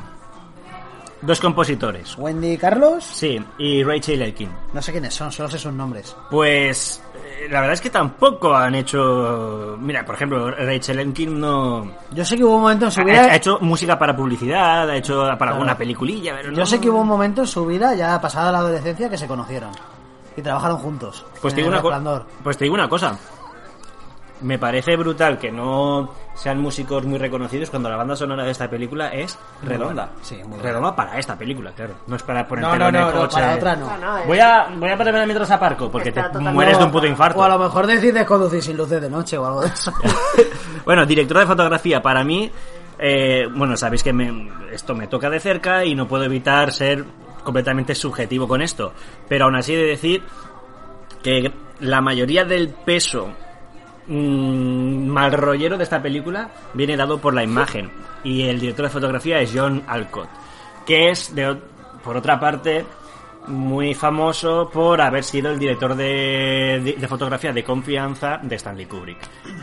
Speaker 2: Dos compositores.
Speaker 1: Wendy y Carlos,
Speaker 2: Sí, y Rachel Elkin.
Speaker 1: no sé quiénes son, solo sé sus nombres.
Speaker 2: Pues eh, la verdad es que tampoco han hecho... Mira, por ejemplo, Rachel Elkin no...
Speaker 1: Yo sé que hubo un momento en su
Speaker 2: Ha,
Speaker 1: vida.
Speaker 2: ha hecho música para publicidad, ha hecho para alguna peliculilla, pero no...
Speaker 1: Yo sé que hubo un momento en su vida, ya pasada la adolescencia, que se conocieron. Y trabajaron juntos.
Speaker 2: Pues te,
Speaker 1: en
Speaker 2: digo
Speaker 1: El
Speaker 2: una co-
Speaker 1: eh, Resplandor.
Speaker 2: pues te digo una cosa. Me parece brutal que no sean músicos muy reconocidos cuando la banda sonora de esta película es redonda.
Speaker 1: buena, sí, muy buena.
Speaker 2: redonda para esta película, claro. No es para poner
Speaker 1: No, no, no, no, para otra no.
Speaker 4: Ah, no, es-
Speaker 2: Voy a, voy a pararme mientras aparco, porque
Speaker 4: Está
Speaker 2: te
Speaker 4: totalmente
Speaker 2: mueres de un
Speaker 4: loca.
Speaker 2: puto infarto.
Speaker 1: O a lo mejor decides conducir sin luces de noche o algo de eso.
Speaker 2: bueno, directora de fotografía, para mí, eh, bueno, sabéis que me- esto me toca de cerca y no puedo evitar ser completamente subjetivo con esto. Pero aún así he de decir que la mayoría del peso mm, mal rollero de esta película viene dado por la imagen. Y el director de fotografía es John Alcott, que es, de o- por otra parte, muy famoso por haber sido el director de, de- de fotografía de confianza de Stanley Kubrick.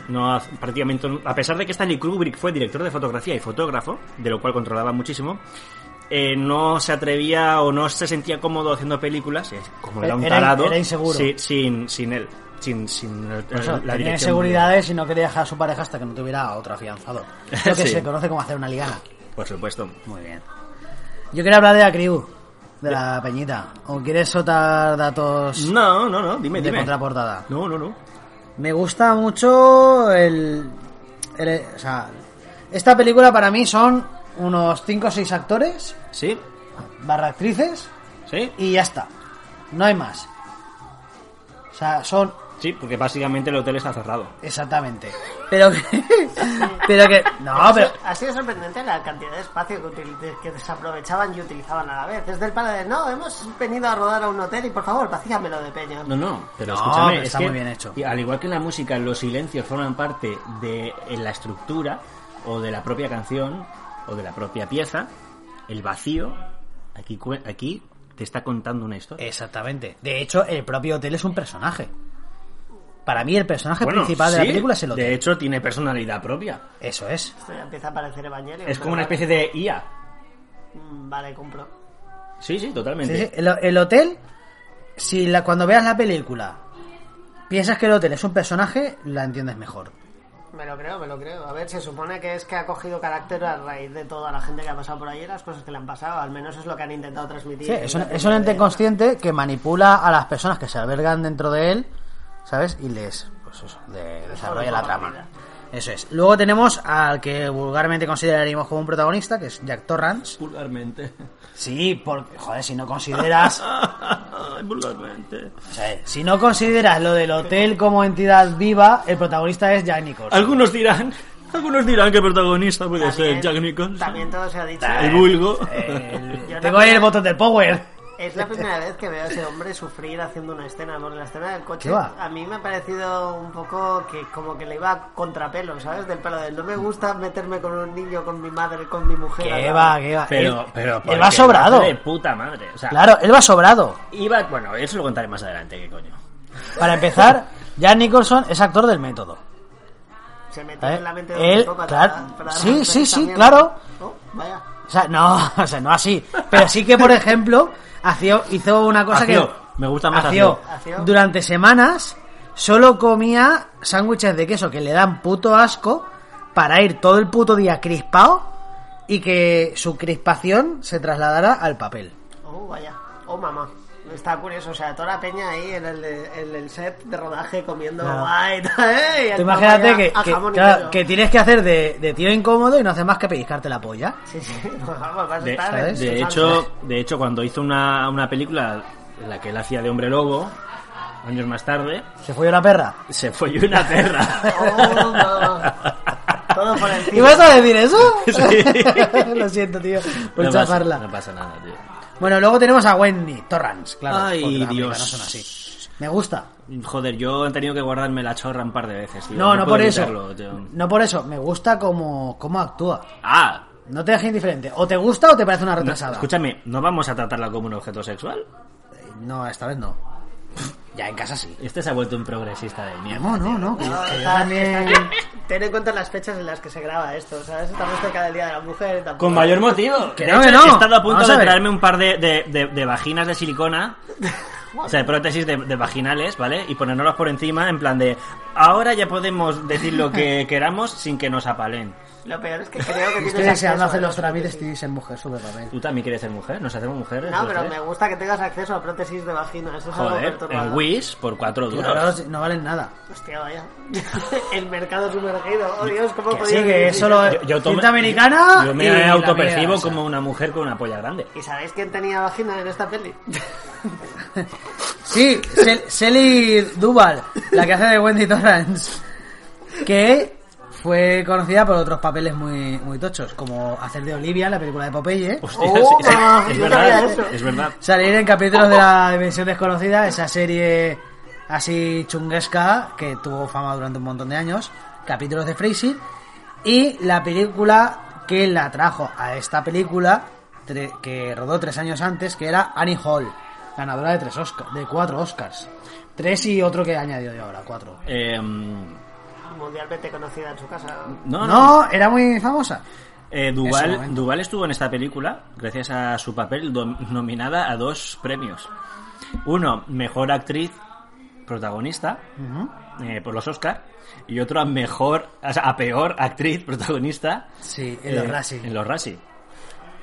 Speaker 2: No, ha- prácticamente, a pesar de que Stanley Kubrick fue director de fotografía y fotógrafo, de lo cual controlaba muchísimo, eh, no se atrevía o no se sentía cómodo haciendo películas, eh, como era un
Speaker 1: Era-
Speaker 2: tarado,
Speaker 1: era inseguro.
Speaker 2: sí, sin, sin él, sin, sin el-
Speaker 1: Por eso,
Speaker 2: la
Speaker 1: tenía
Speaker 2: dirección.
Speaker 1: inseguridades y no quería dejar a su pareja hasta que no tuviera a otro afianzado. Lo que
Speaker 2: Sí.
Speaker 1: se conoce como hacer una ligana.
Speaker 2: Por supuesto.
Speaker 1: Muy bien. Yo quería hablar de la crew, de la peñita. ¿O quieres soltar datos
Speaker 2: No, no, no, dime,
Speaker 1: de
Speaker 2: dime.
Speaker 1: contraportada?
Speaker 2: No, no, no.
Speaker 1: Me gusta mucho el, el- O sea, esta película para mí son unos 5 o 6 actores,
Speaker 2: ¿Sí?
Speaker 1: barra actrices,
Speaker 2: ¿Sí?
Speaker 1: y ya está. No hay más. O sea, son
Speaker 2: Sí, porque básicamente el hotel está cerrado.
Speaker 1: exactamente. Pero que. pero que. No, pero.
Speaker 4: Ha sido sorprendente la cantidad de espacio que, util- que desaprovechaban y utilizaban a la vez. Es del padre de, no, hemos venido a rodar a un hotel y por favor, vacíamelo de peña.
Speaker 2: No, no, pero
Speaker 1: No,
Speaker 2: escúchame,
Speaker 1: pero
Speaker 2: es
Speaker 1: está
Speaker 2: que,
Speaker 1: muy bien hecho.
Speaker 2: y Al igual que en la música, los silencios forman parte de eh, la estructura o de la propia canción o de la propia pieza. el vacío aquí, cu- aquí te está contando una historia.
Speaker 1: Exactamente. De hecho, el propio hotel es un personaje. Para mí, el personaje
Speaker 2: Bueno,
Speaker 1: principal de la
Speaker 2: sí,
Speaker 1: película es el hotel.
Speaker 2: De hecho, tiene personalidad propia.
Speaker 1: Eso es.
Speaker 4: Esto ya empieza a parecer Evangelion.
Speaker 2: Es
Speaker 4: pero
Speaker 2: como una
Speaker 4: vale.
Speaker 2: especie de IA.
Speaker 4: Mm, Vale, compro.
Speaker 2: Sí, sí, totalmente.
Speaker 1: Sí, sí. El, el hotel, si la, cuando veas la película piensas que el hotel es un personaje, la entiendes mejor.
Speaker 4: Me lo creo, me lo creo. A ver, se supone que es que ha cogido carácter a raíz de toda la gente que ha pasado por ahí y las cosas que le han pasado. Al menos es lo que han intentado transmitir.
Speaker 1: Sí, es un,
Speaker 4: La
Speaker 1: es un
Speaker 4: película
Speaker 1: ente
Speaker 4: de-
Speaker 1: consciente que manipula a las personas que se albergan dentro de él, ¿sabes? Y les pues eso, le desarrolla la trama. Eso es. Luego tenemos al que vulgarmente consideraríamos como un protagonista, que es Jack Torrance.
Speaker 2: Vulgarmente.
Speaker 1: Sí, porque, joder, si no consideras
Speaker 2: Vulgarmente.
Speaker 1: O sea, si no consideras lo del hotel como entidad viva, el protagonista es Jack Nicholson.
Speaker 2: Algunos dirán, algunos dirán que el protagonista puede ser
Speaker 4: También-
Speaker 2: Jack Nicholson.
Speaker 4: También todo se ha dicho.
Speaker 2: el vulgo.
Speaker 1: El-
Speaker 4: Yo
Speaker 1: Tengo
Speaker 4: no-
Speaker 1: ahí el botón del power.
Speaker 4: Es la primera vez que veo a ese hombre sufrir haciendo una escena, porque la escena del coche
Speaker 1: ¿Qué va?
Speaker 4: a mí me ha parecido un poco que como que le iba a contrapelo, ¿sabes? Del pelo de no me gusta meterme con un niño, con mi madre, con mi mujer.
Speaker 1: Que
Speaker 4: al
Speaker 1: va,
Speaker 4: lado".
Speaker 1: que va.
Speaker 2: Pero,
Speaker 1: él,
Speaker 2: pero.
Speaker 1: él
Speaker 2: porque
Speaker 1: va sobrado.
Speaker 2: De puta madre. O sea,
Speaker 1: Claro, él va sobrado.
Speaker 2: iba. Bueno, eso lo contaré más adelante, qué coño.
Speaker 1: Para empezar, Jack Nicholson es actor del método.
Speaker 4: Se metió
Speaker 1: ¿Eh?
Speaker 4: en la mente de
Speaker 1: Él,
Speaker 4: un psicópata
Speaker 1: claro.
Speaker 4: para- para
Speaker 1: Sí,
Speaker 4: romper
Speaker 1: sí,
Speaker 4: esa
Speaker 1: sí,
Speaker 4: mierda.
Speaker 1: claro.
Speaker 4: Oh, vaya.
Speaker 1: O sea, no, o sea, no así. Pero sí que, por ejemplo, hacía- hizo una cosa
Speaker 2: Hació.
Speaker 1: que...
Speaker 2: Me gusta más
Speaker 1: Hació.
Speaker 4: hació.
Speaker 1: Durante semanas solo comía sándwiches de queso que le dan puto asco para ir todo el puto día crispado y que su crispación se trasladara al papel.
Speaker 4: Oh, vaya. Oh, mamá. Está curioso, o sea, toda la peña ahí en el, en el set de rodaje comiendo
Speaker 1: Claro.
Speaker 4: guay. ¿eh? Y el
Speaker 1: Tú imagínate
Speaker 4: mamá
Speaker 1: que,
Speaker 4: ya a
Speaker 1: que-
Speaker 4: jamón y
Speaker 1: claro,
Speaker 4: queso.
Speaker 1: que tienes que hacer de, de tío incómodo y no haces más que pellizcarte la polla.
Speaker 4: Sí, sí, vamos, vas a
Speaker 2: De,
Speaker 4: estar en
Speaker 1: ¿sabes?
Speaker 4: tu
Speaker 2: de
Speaker 4: salsa.
Speaker 2: hecho, de hecho, cuando hizo una, una película en la que él hacía de hombre lobo, años más tarde,
Speaker 1: Se fue una perra.
Speaker 2: se fue una
Speaker 4: Oh,
Speaker 2: perra.
Speaker 4: no. Todo por el
Speaker 1: ¿Y
Speaker 4: cine.
Speaker 1: vas a decir eso?
Speaker 2: Sí.
Speaker 1: Lo siento, tío, por
Speaker 2: No pasa-
Speaker 1: chafarla.
Speaker 2: no pasa nada, tío.
Speaker 1: Bueno, luego tenemos a Wendy Torrance, claro.
Speaker 2: Ay,
Speaker 1: porque las
Speaker 2: Dios.
Speaker 1: americanas son así. Me gusta.
Speaker 2: Joder, yo he tenido que guardarme la chorra un par de veces, tío.
Speaker 1: No, no,
Speaker 2: puedo
Speaker 1: por eso.
Speaker 2: evitarlo, tío.
Speaker 1: No por eso. Me gusta cómo, cómo actúa.
Speaker 2: Ah,
Speaker 1: No te dejes indiferente. O te gusta o te parece una
Speaker 2: no,
Speaker 1: retrasada.
Speaker 2: escúchame, ¿no vamos a tratarla como un objeto sexual?
Speaker 1: No, esta vez no. Ya en casa sí.
Speaker 2: Este se ha vuelto un progresista de mierda.
Speaker 1: No, no, no. Que,
Speaker 4: No,
Speaker 1: que yo
Speaker 4: está-
Speaker 1: también...
Speaker 4: está- Ten en cuenta las fechas en las que se graba esto, ¿sabes? Estamos cerca del Día de la Mujer. tampoco-
Speaker 2: Con mayor motivo.
Speaker 1: Que
Speaker 2: Eh, De
Speaker 1: no, que
Speaker 2: hecho,
Speaker 1: no.
Speaker 2: He estado a punto
Speaker 1: Vamos a
Speaker 2: de
Speaker 1: ver.
Speaker 2: traerme un par de, de, de- de vaginas de silicona. o sea, de prótesis de, de vaginales, ¿vale? Y ponérnoslas por encima en plan de... Ahora ya podemos decir lo que queramos sin que nos apalen.
Speaker 4: Lo peor es que creo que
Speaker 1: Estoy
Speaker 4: tienes
Speaker 1: deseando
Speaker 4: acceso
Speaker 1: hacer
Speaker 4: a
Speaker 1: los
Speaker 4: eso.
Speaker 1: trámites y en mujer sobre papel.
Speaker 2: ¿Tú también quieres ser mujer? ¿Nos hacemos mujeres?
Speaker 4: No,
Speaker 2: los
Speaker 4: pero
Speaker 2: tres?
Speaker 4: me gusta que tengas acceso a prótesis de vagina. Eso es algo
Speaker 2: Joder,
Speaker 4: perturbador.
Speaker 2: en Wish por cuatro
Speaker 1: Tío,
Speaker 2: duros.
Speaker 1: ahora los- no valen nada.
Speaker 4: Hostia, vaya. el mercado sumergido. Oh, Dios, ¿cómo
Speaker 1: Que sí,
Speaker 4: podía
Speaker 1: que solo
Speaker 2: Yo- yo tomo-
Speaker 1: cinta americana
Speaker 2: Yo
Speaker 1: y
Speaker 2: me
Speaker 1: la
Speaker 2: autopercibo
Speaker 1: mierda,
Speaker 2: como una mujer con una polla grande.
Speaker 4: ¿Y sabéis quién tenía vagina en esta peli?
Speaker 1: Sí, Sel- Sally Duval, la que hace de Wendy Torrance, que fue conocida por otros papeles muy, muy tochos, como hacer de Olivia en la película de Popeye,
Speaker 2: Hostia,
Speaker 4: Oh,
Speaker 2: sí,
Speaker 4: mamá,
Speaker 2: es, es
Speaker 4: yo sabía
Speaker 2: verdad, ¿eh?
Speaker 4: eso.
Speaker 2: es verdad.
Speaker 1: salir en capítulos de la Dimensión Desconocida, esa serie así chunguesca que tuvo fama durante un montón de años, capítulos de Freezy, y la película que la trajo a esta película, tre- que rodó tres años antes, que era Annie Hall, ganadora de, tres Oscar, de cuatro Oscars. Tres y otro que he añadido yo ahora, cuatro.
Speaker 2: Eh, no,
Speaker 4: Mundialmente conocida en su casa.
Speaker 1: No,
Speaker 2: no.
Speaker 1: era muy famosa.
Speaker 2: Eh,
Speaker 1: Ese
Speaker 2: Duval,
Speaker 1: momento.
Speaker 2: Duval estuvo en esta película gracias a su papel dom- nominada a dos premios. Uno, mejor actriz protagonista
Speaker 1: Ujú.
Speaker 2: eh, por los Oscar y otro a mejor, o sea, a peor actriz protagonista
Speaker 1: Sí, en los
Speaker 2: eh,
Speaker 1: Razzie.
Speaker 2: En los Razzie.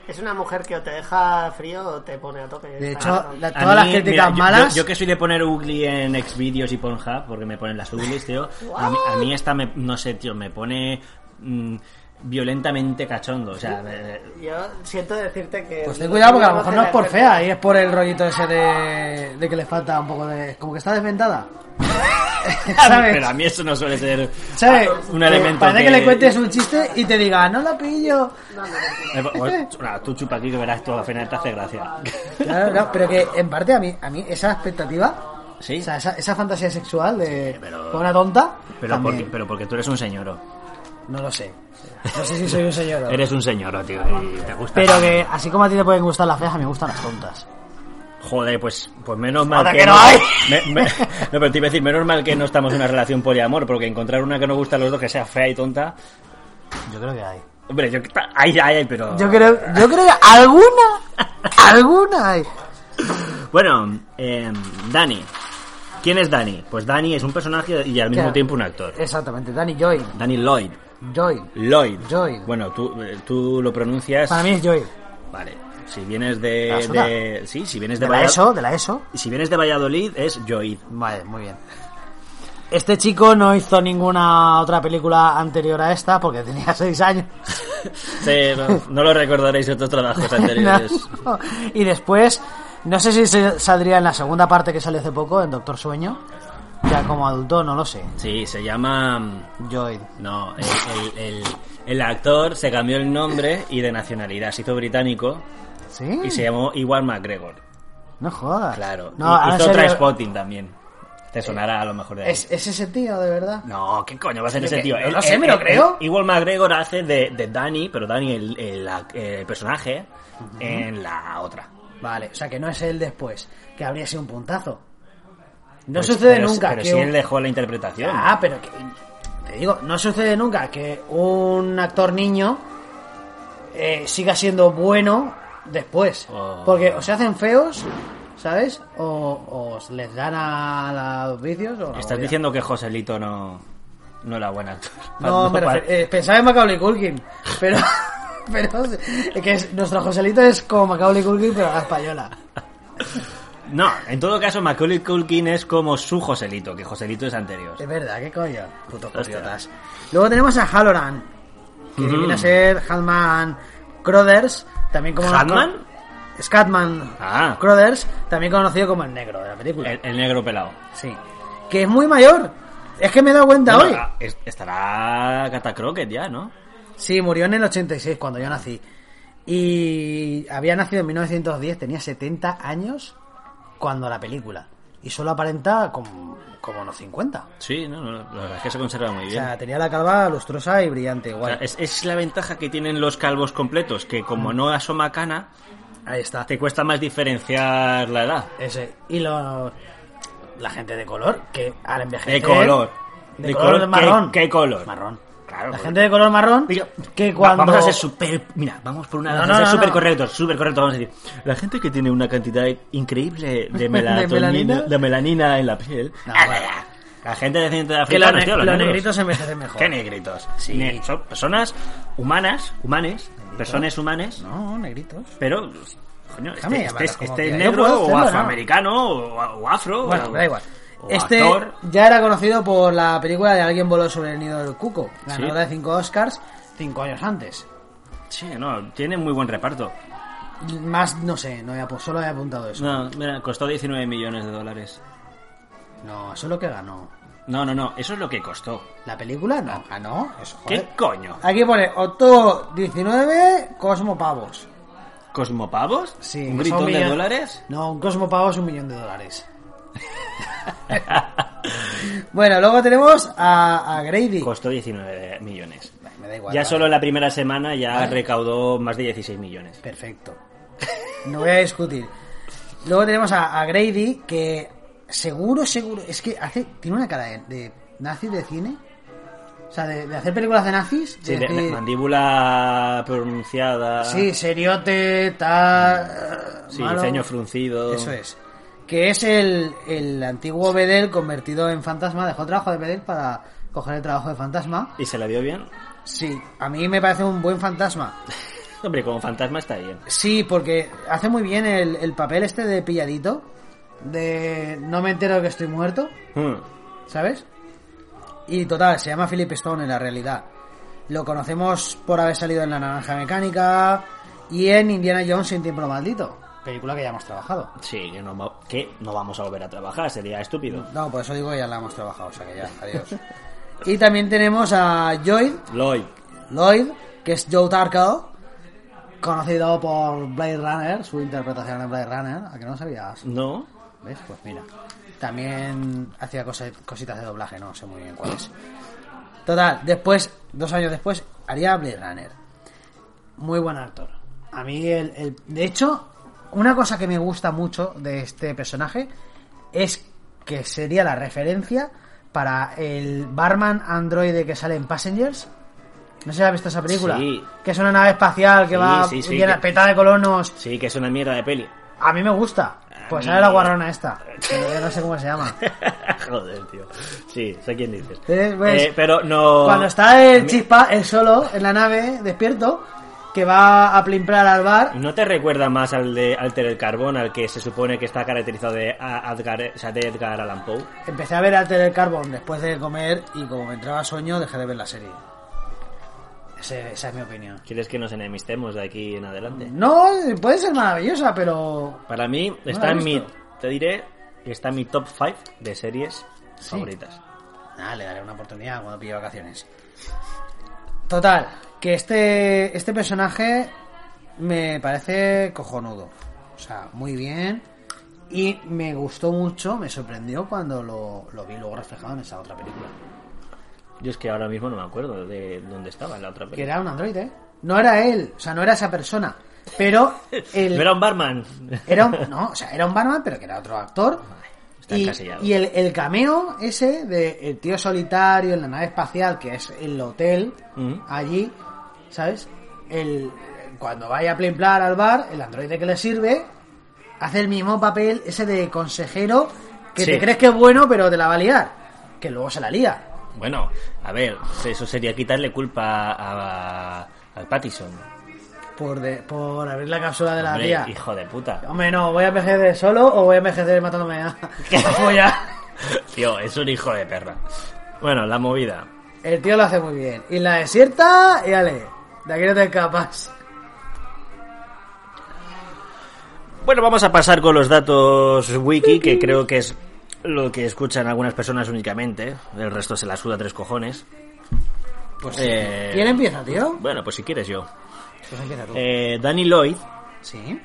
Speaker 4: Es una mujer que o te deja frío o te pone a tope.
Speaker 1: De
Speaker 4: Está
Speaker 1: hecho,
Speaker 4: claro.
Speaker 1: la-
Speaker 2: A
Speaker 1: todas
Speaker 2: mí,
Speaker 1: las críticas
Speaker 2: mira, yo-
Speaker 1: malas...
Speaker 2: Yo, yo que soy de poner ugly en Xvideos y Pornhub, porque me ponen las uglies, tío. a, mí, a mí esta, me, no sé, tío, me pone mm, violentamente cachondo. O sea, eh,
Speaker 4: Yo siento decirte que...
Speaker 1: Pues ten cuidado porque a lo mejor no es por fea y es por el rollito ese de, de que le falta un poco de... Como que está desventada. ¿Sabes?
Speaker 2: pero a mí eso no suele ser
Speaker 1: ¿Sabes?
Speaker 2: un
Speaker 1: Que
Speaker 2: elemento.
Speaker 1: Parece que... le cuentes un chiste y te diga, no la pillo.
Speaker 2: Eh, o- nada, tú chupa aquí que verás tú, al final te hace gracia.
Speaker 1: Claro, no, pero que en parte a mí, a mí esa expectativa,
Speaker 2: Sí,
Speaker 1: o sea, esa, esa fantasía sexual de
Speaker 2: pero-
Speaker 1: con una tonta,
Speaker 2: pero
Speaker 1: también.
Speaker 2: porque, pero porque tú eres un señor.
Speaker 1: No lo sé. No sé si soy un señor. o no.
Speaker 2: Eres un señor, tío, y te gusta.
Speaker 1: Pero que así como a ti te pueden gustar las feas, a mí me gustan las tontas.
Speaker 2: Joder, pues, pues menos mal
Speaker 1: Joder, que no hay.
Speaker 2: Me- me- no, pero te iba a decir, menos mal que no estamos en una relación poliamor, porque encontrar una que nos gusta a los dos, que sea fea y tonta...
Speaker 1: Yo creo que hay.
Speaker 2: Hombre, yo... Ay, ay, ay, pero...
Speaker 1: Yo creo, yo creo que alguna, alguna hay.
Speaker 2: Bueno, eh, Dani. ¿Quién es Dani? Pues Dani es un personaje y al mismo
Speaker 1: Claro.
Speaker 2: tiempo un actor.
Speaker 1: Exactamente, Danny Joy.
Speaker 2: Dani Lloyd.
Speaker 1: Joy.
Speaker 2: Lloyd.
Speaker 1: Lloyd.
Speaker 2: Bueno, tú, eh, tú lo pronuncias...
Speaker 1: Para mí es Joy.
Speaker 2: Vale. Si vienes de...
Speaker 1: ¿La suda?
Speaker 2: de- Sí, si vienes de,
Speaker 1: De la
Speaker 2: Vallad-
Speaker 1: ESO, de la ESO.
Speaker 2: Si vienes de Valladolid, es Lloyd.
Speaker 1: Vale, muy bien. Este chico no hizo ninguna otra película anterior a esta porque tenía 6 años.
Speaker 2: Sí, no, no lo recordaréis de otros trabajos anteriores.
Speaker 1: No. Y después, no sé si se saldría en la segunda parte que salió hace poco, en Doctor Sueño. Ya como adulto, no lo sé.
Speaker 2: Sí, se llama...
Speaker 1: Joy.
Speaker 2: No, el, el- el- el actor se cambió el nombre y de nacionalidad. Se hizo británico
Speaker 1: ¿Sí?
Speaker 2: y se llamó Iwan McGregor.
Speaker 1: No jodas.
Speaker 2: Claro.
Speaker 1: No, ahora en
Speaker 2: hizo
Speaker 1: serio,
Speaker 2: otra spotting también. Te sonará a lo mejor de ahí.
Speaker 1: ¿Es, ¿Es ese tío, de verdad?
Speaker 2: No, ¿qué coño va a hacer
Speaker 1: Yo
Speaker 2: ese
Speaker 1: que-
Speaker 2: tío?
Speaker 1: no lo sé, me lo creo.
Speaker 2: Igual McGregor hace de, de Danny, pero Danny el, el ac- el personaje en la otra.
Speaker 1: Vale, o sea que no es él después, que habría sido un puntazo. No
Speaker 2: Pero-
Speaker 1: sucede
Speaker 2: Pues, pero-
Speaker 1: nunca
Speaker 2: Pero
Speaker 1: que
Speaker 2: si
Speaker 1: un-
Speaker 2: él dejó la interpretación.
Speaker 1: Ah, pero que, te digo, no sucede nunca que un actor niño eh, siga siendo bueno después.
Speaker 2: Oh.
Speaker 1: Porque o se hacen feos, ¿sabes? O, o les dan a los vicios. O la
Speaker 2: Estás
Speaker 1: movida.
Speaker 2: diciendo que Joselito no, no era buen actor.
Speaker 1: No, me
Speaker 2: para-
Speaker 1: refiero- eh, pensaba en Macaulay Culkin, pero... Pero es que es- nuestro Joselito es como Macaulay Culkin, pero a la española.
Speaker 2: No, en todo caso, Macaulay Culkin es como su Joselito, que Joselito es anterior.
Speaker 1: Es verdad, ¿qué coño? Putos
Speaker 2: Hostia.
Speaker 1: idiotas. Luego tenemos a Halloran, que
Speaker 2: Ujú.
Speaker 1: viene a ser Hatman Crothers, también como...
Speaker 2: ¿Hatman?
Speaker 1: Scatman
Speaker 2: Ah.
Speaker 1: Crothers, también conocido como el negro de la película.
Speaker 2: El, el negro pelado.
Speaker 1: Sí. Que es muy mayor. Es que me he dado cuenta
Speaker 2: Bueno,
Speaker 1: hoy.
Speaker 2: ah, es- estará Cata Crockett ya, ¿no?
Speaker 1: Sí, murió en el 86, cuando yo nací. Y había nacido en 1910, tenía 70 años cuando la película. Y solo aparenta como, como unos 50.
Speaker 2: Sí, no, no, la verdad es que se conserva muy
Speaker 1: O
Speaker 2: bien.
Speaker 1: sea, tenía la calva lustrosa y brillante igual. Mm.
Speaker 2: O sea, es, es la ventaja que tienen los calvos completos, que como no asoma cana,
Speaker 1: Ahí está.
Speaker 2: te cuesta más diferenciar la edad.
Speaker 1: Ese. Y los la gente de color, que al envejecer...
Speaker 2: De color.
Speaker 1: De, color, marrón.
Speaker 2: ¿Qué, qué color?
Speaker 1: Marrón.
Speaker 2: Claro.
Speaker 1: La
Speaker 2: porque-
Speaker 1: gente de color marrón
Speaker 2: Digo,
Speaker 1: que
Speaker 2: va-
Speaker 1: cuando...
Speaker 2: Vamos a ser súper... Mira, vamos por una...
Speaker 1: No,
Speaker 2: vamos
Speaker 1: no,
Speaker 2: a ser
Speaker 1: no,
Speaker 2: súper
Speaker 1: no.
Speaker 2: correctos, súper correctos, vamos a decir. La gente que tiene una cantidad increíble de melatonina, ¿De,
Speaker 1: melanina?
Speaker 2: melanina? en la piel.
Speaker 1: No,
Speaker 2: Ah,
Speaker 1: bueno.
Speaker 2: La gente de gente
Speaker 1: que los,
Speaker 2: africana,
Speaker 1: ne-
Speaker 2: tío, los
Speaker 1: los
Speaker 2: negros.
Speaker 1: negritos envejecen mejor.
Speaker 2: ¿Qué negritos?
Speaker 1: Sí.
Speaker 2: Ne- son personas humanas, humanes, personas humanes,
Speaker 1: No, negritos.
Speaker 2: pero... Coño,
Speaker 1: Déjame
Speaker 2: este,
Speaker 1: llamarlo como
Speaker 2: este, este es
Speaker 1: quiera. Yo
Speaker 2: negro
Speaker 1: puedo
Speaker 2: o
Speaker 1: hacerlo, ¿no?
Speaker 2: afroamericano o, o afro.
Speaker 1: Bueno,
Speaker 2: o-
Speaker 1: da igual.
Speaker 2: o
Speaker 1: Este
Speaker 2: actor.
Speaker 1: ya era conocido por la película de Alguien voló sobre el nido del cuco, ganadora
Speaker 2: Sí.
Speaker 1: de 5 Oscars 5 años antes.
Speaker 2: Sí, no, tiene muy buen reparto.
Speaker 1: Más, no sé, no he apu- solo he apuntado eso.
Speaker 2: No, mira, costó 19 millones de dólares.
Speaker 1: No, eso es lo que ganó.
Speaker 2: No, no, no, eso es lo que costó.
Speaker 1: La película no ganó. Eso, joder.
Speaker 2: Ah. ¿Qué coño?
Speaker 1: Aquí pone Otto 19 Cosmo Pavos.
Speaker 2: ¿Cosmopavos?
Speaker 1: Sí,
Speaker 2: ¿Un
Speaker 1: que son
Speaker 2: gritón de
Speaker 1: millon-
Speaker 2: dólares?
Speaker 1: No, un Cosmo Pavo es un millón de dólares. bueno, luego tenemos a, a Grady.
Speaker 2: Costó 19 millones.
Speaker 1: Me da igual.
Speaker 2: ya
Speaker 1: vale.
Speaker 2: solo la primera semana ya recaudó más de 16 millones.
Speaker 1: Perfecto. No voy a discutir. Luego tenemos a, a Grady, que seguro, seguro. Es que hace, tiene una cara de, de nazi de cine. O sea, de, de hacer películas de nazis.
Speaker 2: Sí, de- de
Speaker 1: decir,
Speaker 2: mandíbula pronunciada.
Speaker 1: sí, seriote, tal.
Speaker 2: sí,
Speaker 1: malo.
Speaker 2: ceño fruncido.
Speaker 1: Eso es. Que es el, el antiguo Bedell convertido en fantasma. Dejó el trabajo de Bedell para coger el trabajo de fantasma.
Speaker 2: ¿Y se la dio bien?
Speaker 1: Sí, a mí me parece un buen fantasma.
Speaker 2: Hombre, como fantasma está bien.
Speaker 1: Sí, porque hace muy bien el, el papel este de pilladito. De no me entero que estoy muerto,
Speaker 2: Hmm.
Speaker 1: ¿sabes? Y total, se llama Philip Stone en la realidad. Lo conocemos por haber salido en La Naranja Mecánica y en Indiana Jones sin tiempo maldito. Película que ya hemos trabajado.
Speaker 2: Sí, que no, va- que no vamos a volver a trabajar, sería estúpido.
Speaker 1: No, por eso digo que ya la hemos trabajado, o sea que ya, adiós. y también tenemos a Lloyd,
Speaker 2: Lloyd.
Speaker 1: Lloyd, que es Joe Tarko, conocido por Blade Runner, su interpretación en Blade Runner, a que no sabías.
Speaker 2: No.
Speaker 1: ¿Ves? Pues mira. También hacía cosa- cositas de doblaje, no sé muy bien cuáles. Total, después Dos años después haría Blade Runner. Muy buen actor. A mí, el, el- de hecho, una cosa que me gusta mucho de este personaje es que sería la referencia para el barman androide que sale en Passengers. No sé si has visto esa película.
Speaker 2: Sí.
Speaker 1: Que es una nave espacial que
Speaker 2: Sí,
Speaker 1: va
Speaker 2: sí, sí,
Speaker 1: llena-
Speaker 2: que-
Speaker 1: petada de colonos.
Speaker 2: Sí, que es una mierda de peli.
Speaker 1: A mí me gusta. Pues
Speaker 2: mí-
Speaker 1: ahora la guarrona esta. pero yo no sé cómo se llama.
Speaker 2: Joder, tío. Sí, sé quién dices.
Speaker 1: Eh, pues,
Speaker 2: Eh, pero no.
Speaker 1: Cuando está el
Speaker 2: mí-
Speaker 1: chispa, el solo, en la nave, despierto, que va a plimprar al bar.
Speaker 2: ¿No te recuerda más al de Alter el Carbón, al que se supone que está caracterizado de a- Edgar, o sea, de Edgar Allan Poe?
Speaker 1: Empecé a ver Alter el Carbon después de comer y como me entraba sueño dejé de ver la serie. Ese- esa es mi opinión.
Speaker 2: ¿Quieres que nos enemistemos de aquí en adelante?
Speaker 1: No, puede ser maravillosa, pero...
Speaker 2: Para mí,
Speaker 1: la
Speaker 2: está
Speaker 1: he
Speaker 2: en mi.
Speaker 1: visto.
Speaker 2: Te diré que está en mi top 5 de series favoritas.
Speaker 1: Ah, le daré una oportunidad cuando pille vacaciones. Total, que este, este personaje me parece cojonudo. O sea, muy bien. Y me gustó mucho, me sorprendió cuando lo, lo vi luego reflejado en esa otra película.
Speaker 2: Yo es que ahora mismo no me acuerdo de dónde estaba la otra
Speaker 1: Que
Speaker 2: película.
Speaker 1: era un androide. ¿eh? No era él, o sea, no era esa persona. Pero el,
Speaker 2: No era un barman.
Speaker 1: Era un, no, o sea, era un barman, pero que era otro actor.
Speaker 2: está
Speaker 1: Y,
Speaker 2: encasillado.
Speaker 1: y el, el cameo ese de el tío solitario en la nave espacial, que es el hotel,
Speaker 2: Ujú.
Speaker 1: allí, ¿sabes? El, cuando vaya a plimplar al bar, el androide que le sirve hace el mismo papel ese de consejero que
Speaker 2: Sí.
Speaker 1: te crees que es bueno, pero te la va a liar. Que luego se la lía.
Speaker 2: Bueno, a ver, eso sería quitarle culpa a, al Pattison.
Speaker 1: Por, de- por abrir la cápsula de la
Speaker 2: Hombre,
Speaker 1: tía.
Speaker 2: hijo de puta.
Speaker 1: Hombre, no, ¿voy a envejecer solo o voy a envejecer matándome a... a follar?
Speaker 2: Tío, es un hijo de perra. Bueno, la movida.
Speaker 1: El tío lo hace muy bien. Y la desierta, y ale, de aquí no te escapas.
Speaker 2: Bueno, vamos a pasar con los datos wiki, que creo que es lo que escuchan algunas personas únicamente. El resto se la suda tres cojones.
Speaker 1: Pues
Speaker 2: Eh,
Speaker 1: ¿Quién empieza, tío?
Speaker 2: Bueno, pues si quieres yo.
Speaker 1: Pues empieza tú.
Speaker 2: Eh, Danny Lloyd,
Speaker 1: sí.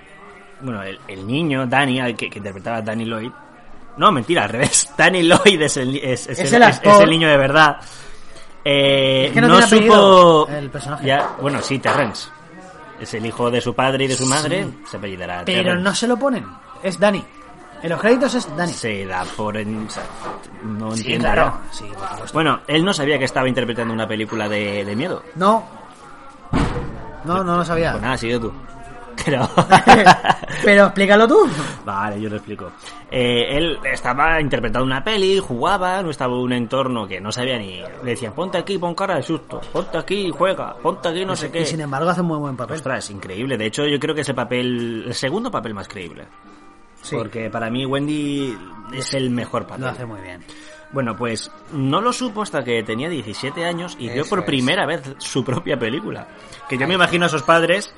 Speaker 2: bueno, el, el niño, Danny, al que, que interpretaba a Danny Lloyd. No, mentira, al revés. Danny Lloyd es el, ni- es, es
Speaker 1: Es
Speaker 2: el,
Speaker 1: el
Speaker 2: es- es
Speaker 1: actor.
Speaker 2: el niño de verdad. Eh,
Speaker 1: Es que no
Speaker 2: no,
Speaker 1: tiene apellido
Speaker 2: supo.
Speaker 1: el personaje.
Speaker 2: Ya, bueno, sí, Terrence. Es el hijo de su padre y de su madre. Se apellidará
Speaker 1: Pero
Speaker 2: Terrence.
Speaker 1: no se lo ponen. Es Dani. En los créditos es Dani.
Speaker 2: se da por en, o sea, no
Speaker 1: sí,
Speaker 2: entiendo
Speaker 1: claro.
Speaker 2: ¿no?
Speaker 1: Sí, por supuesto.
Speaker 2: bueno él no sabía que estaba interpretando una película de, de miedo
Speaker 1: No. No, no lo
Speaker 2: pues
Speaker 1: sabía.
Speaker 2: nada sigue tú pero
Speaker 1: Pero explícalo tú.
Speaker 2: Vale, yo lo explico. Eh, él estaba interpretando una peli, jugaba, no estaba en un entorno que no sabía ni. Le decían, ponte aquí, pon cara de susto, ponte aquí, juega, ponte aquí, no sé qué.
Speaker 1: Y sin embargo hace muy buen papel.
Speaker 2: Ostras, increíble. De hecho, yo creo que es el papel, el segundo papel más creíble.
Speaker 1: Sí.
Speaker 2: Porque para mí Wendy es el mejor papel.
Speaker 1: Lo hace muy bien.
Speaker 2: Bueno, pues no lo supo hasta que tenía 17 años y vio
Speaker 1: Eso
Speaker 2: por
Speaker 1: es.
Speaker 2: primera vez su propia película. Que yo me imagino a sus padres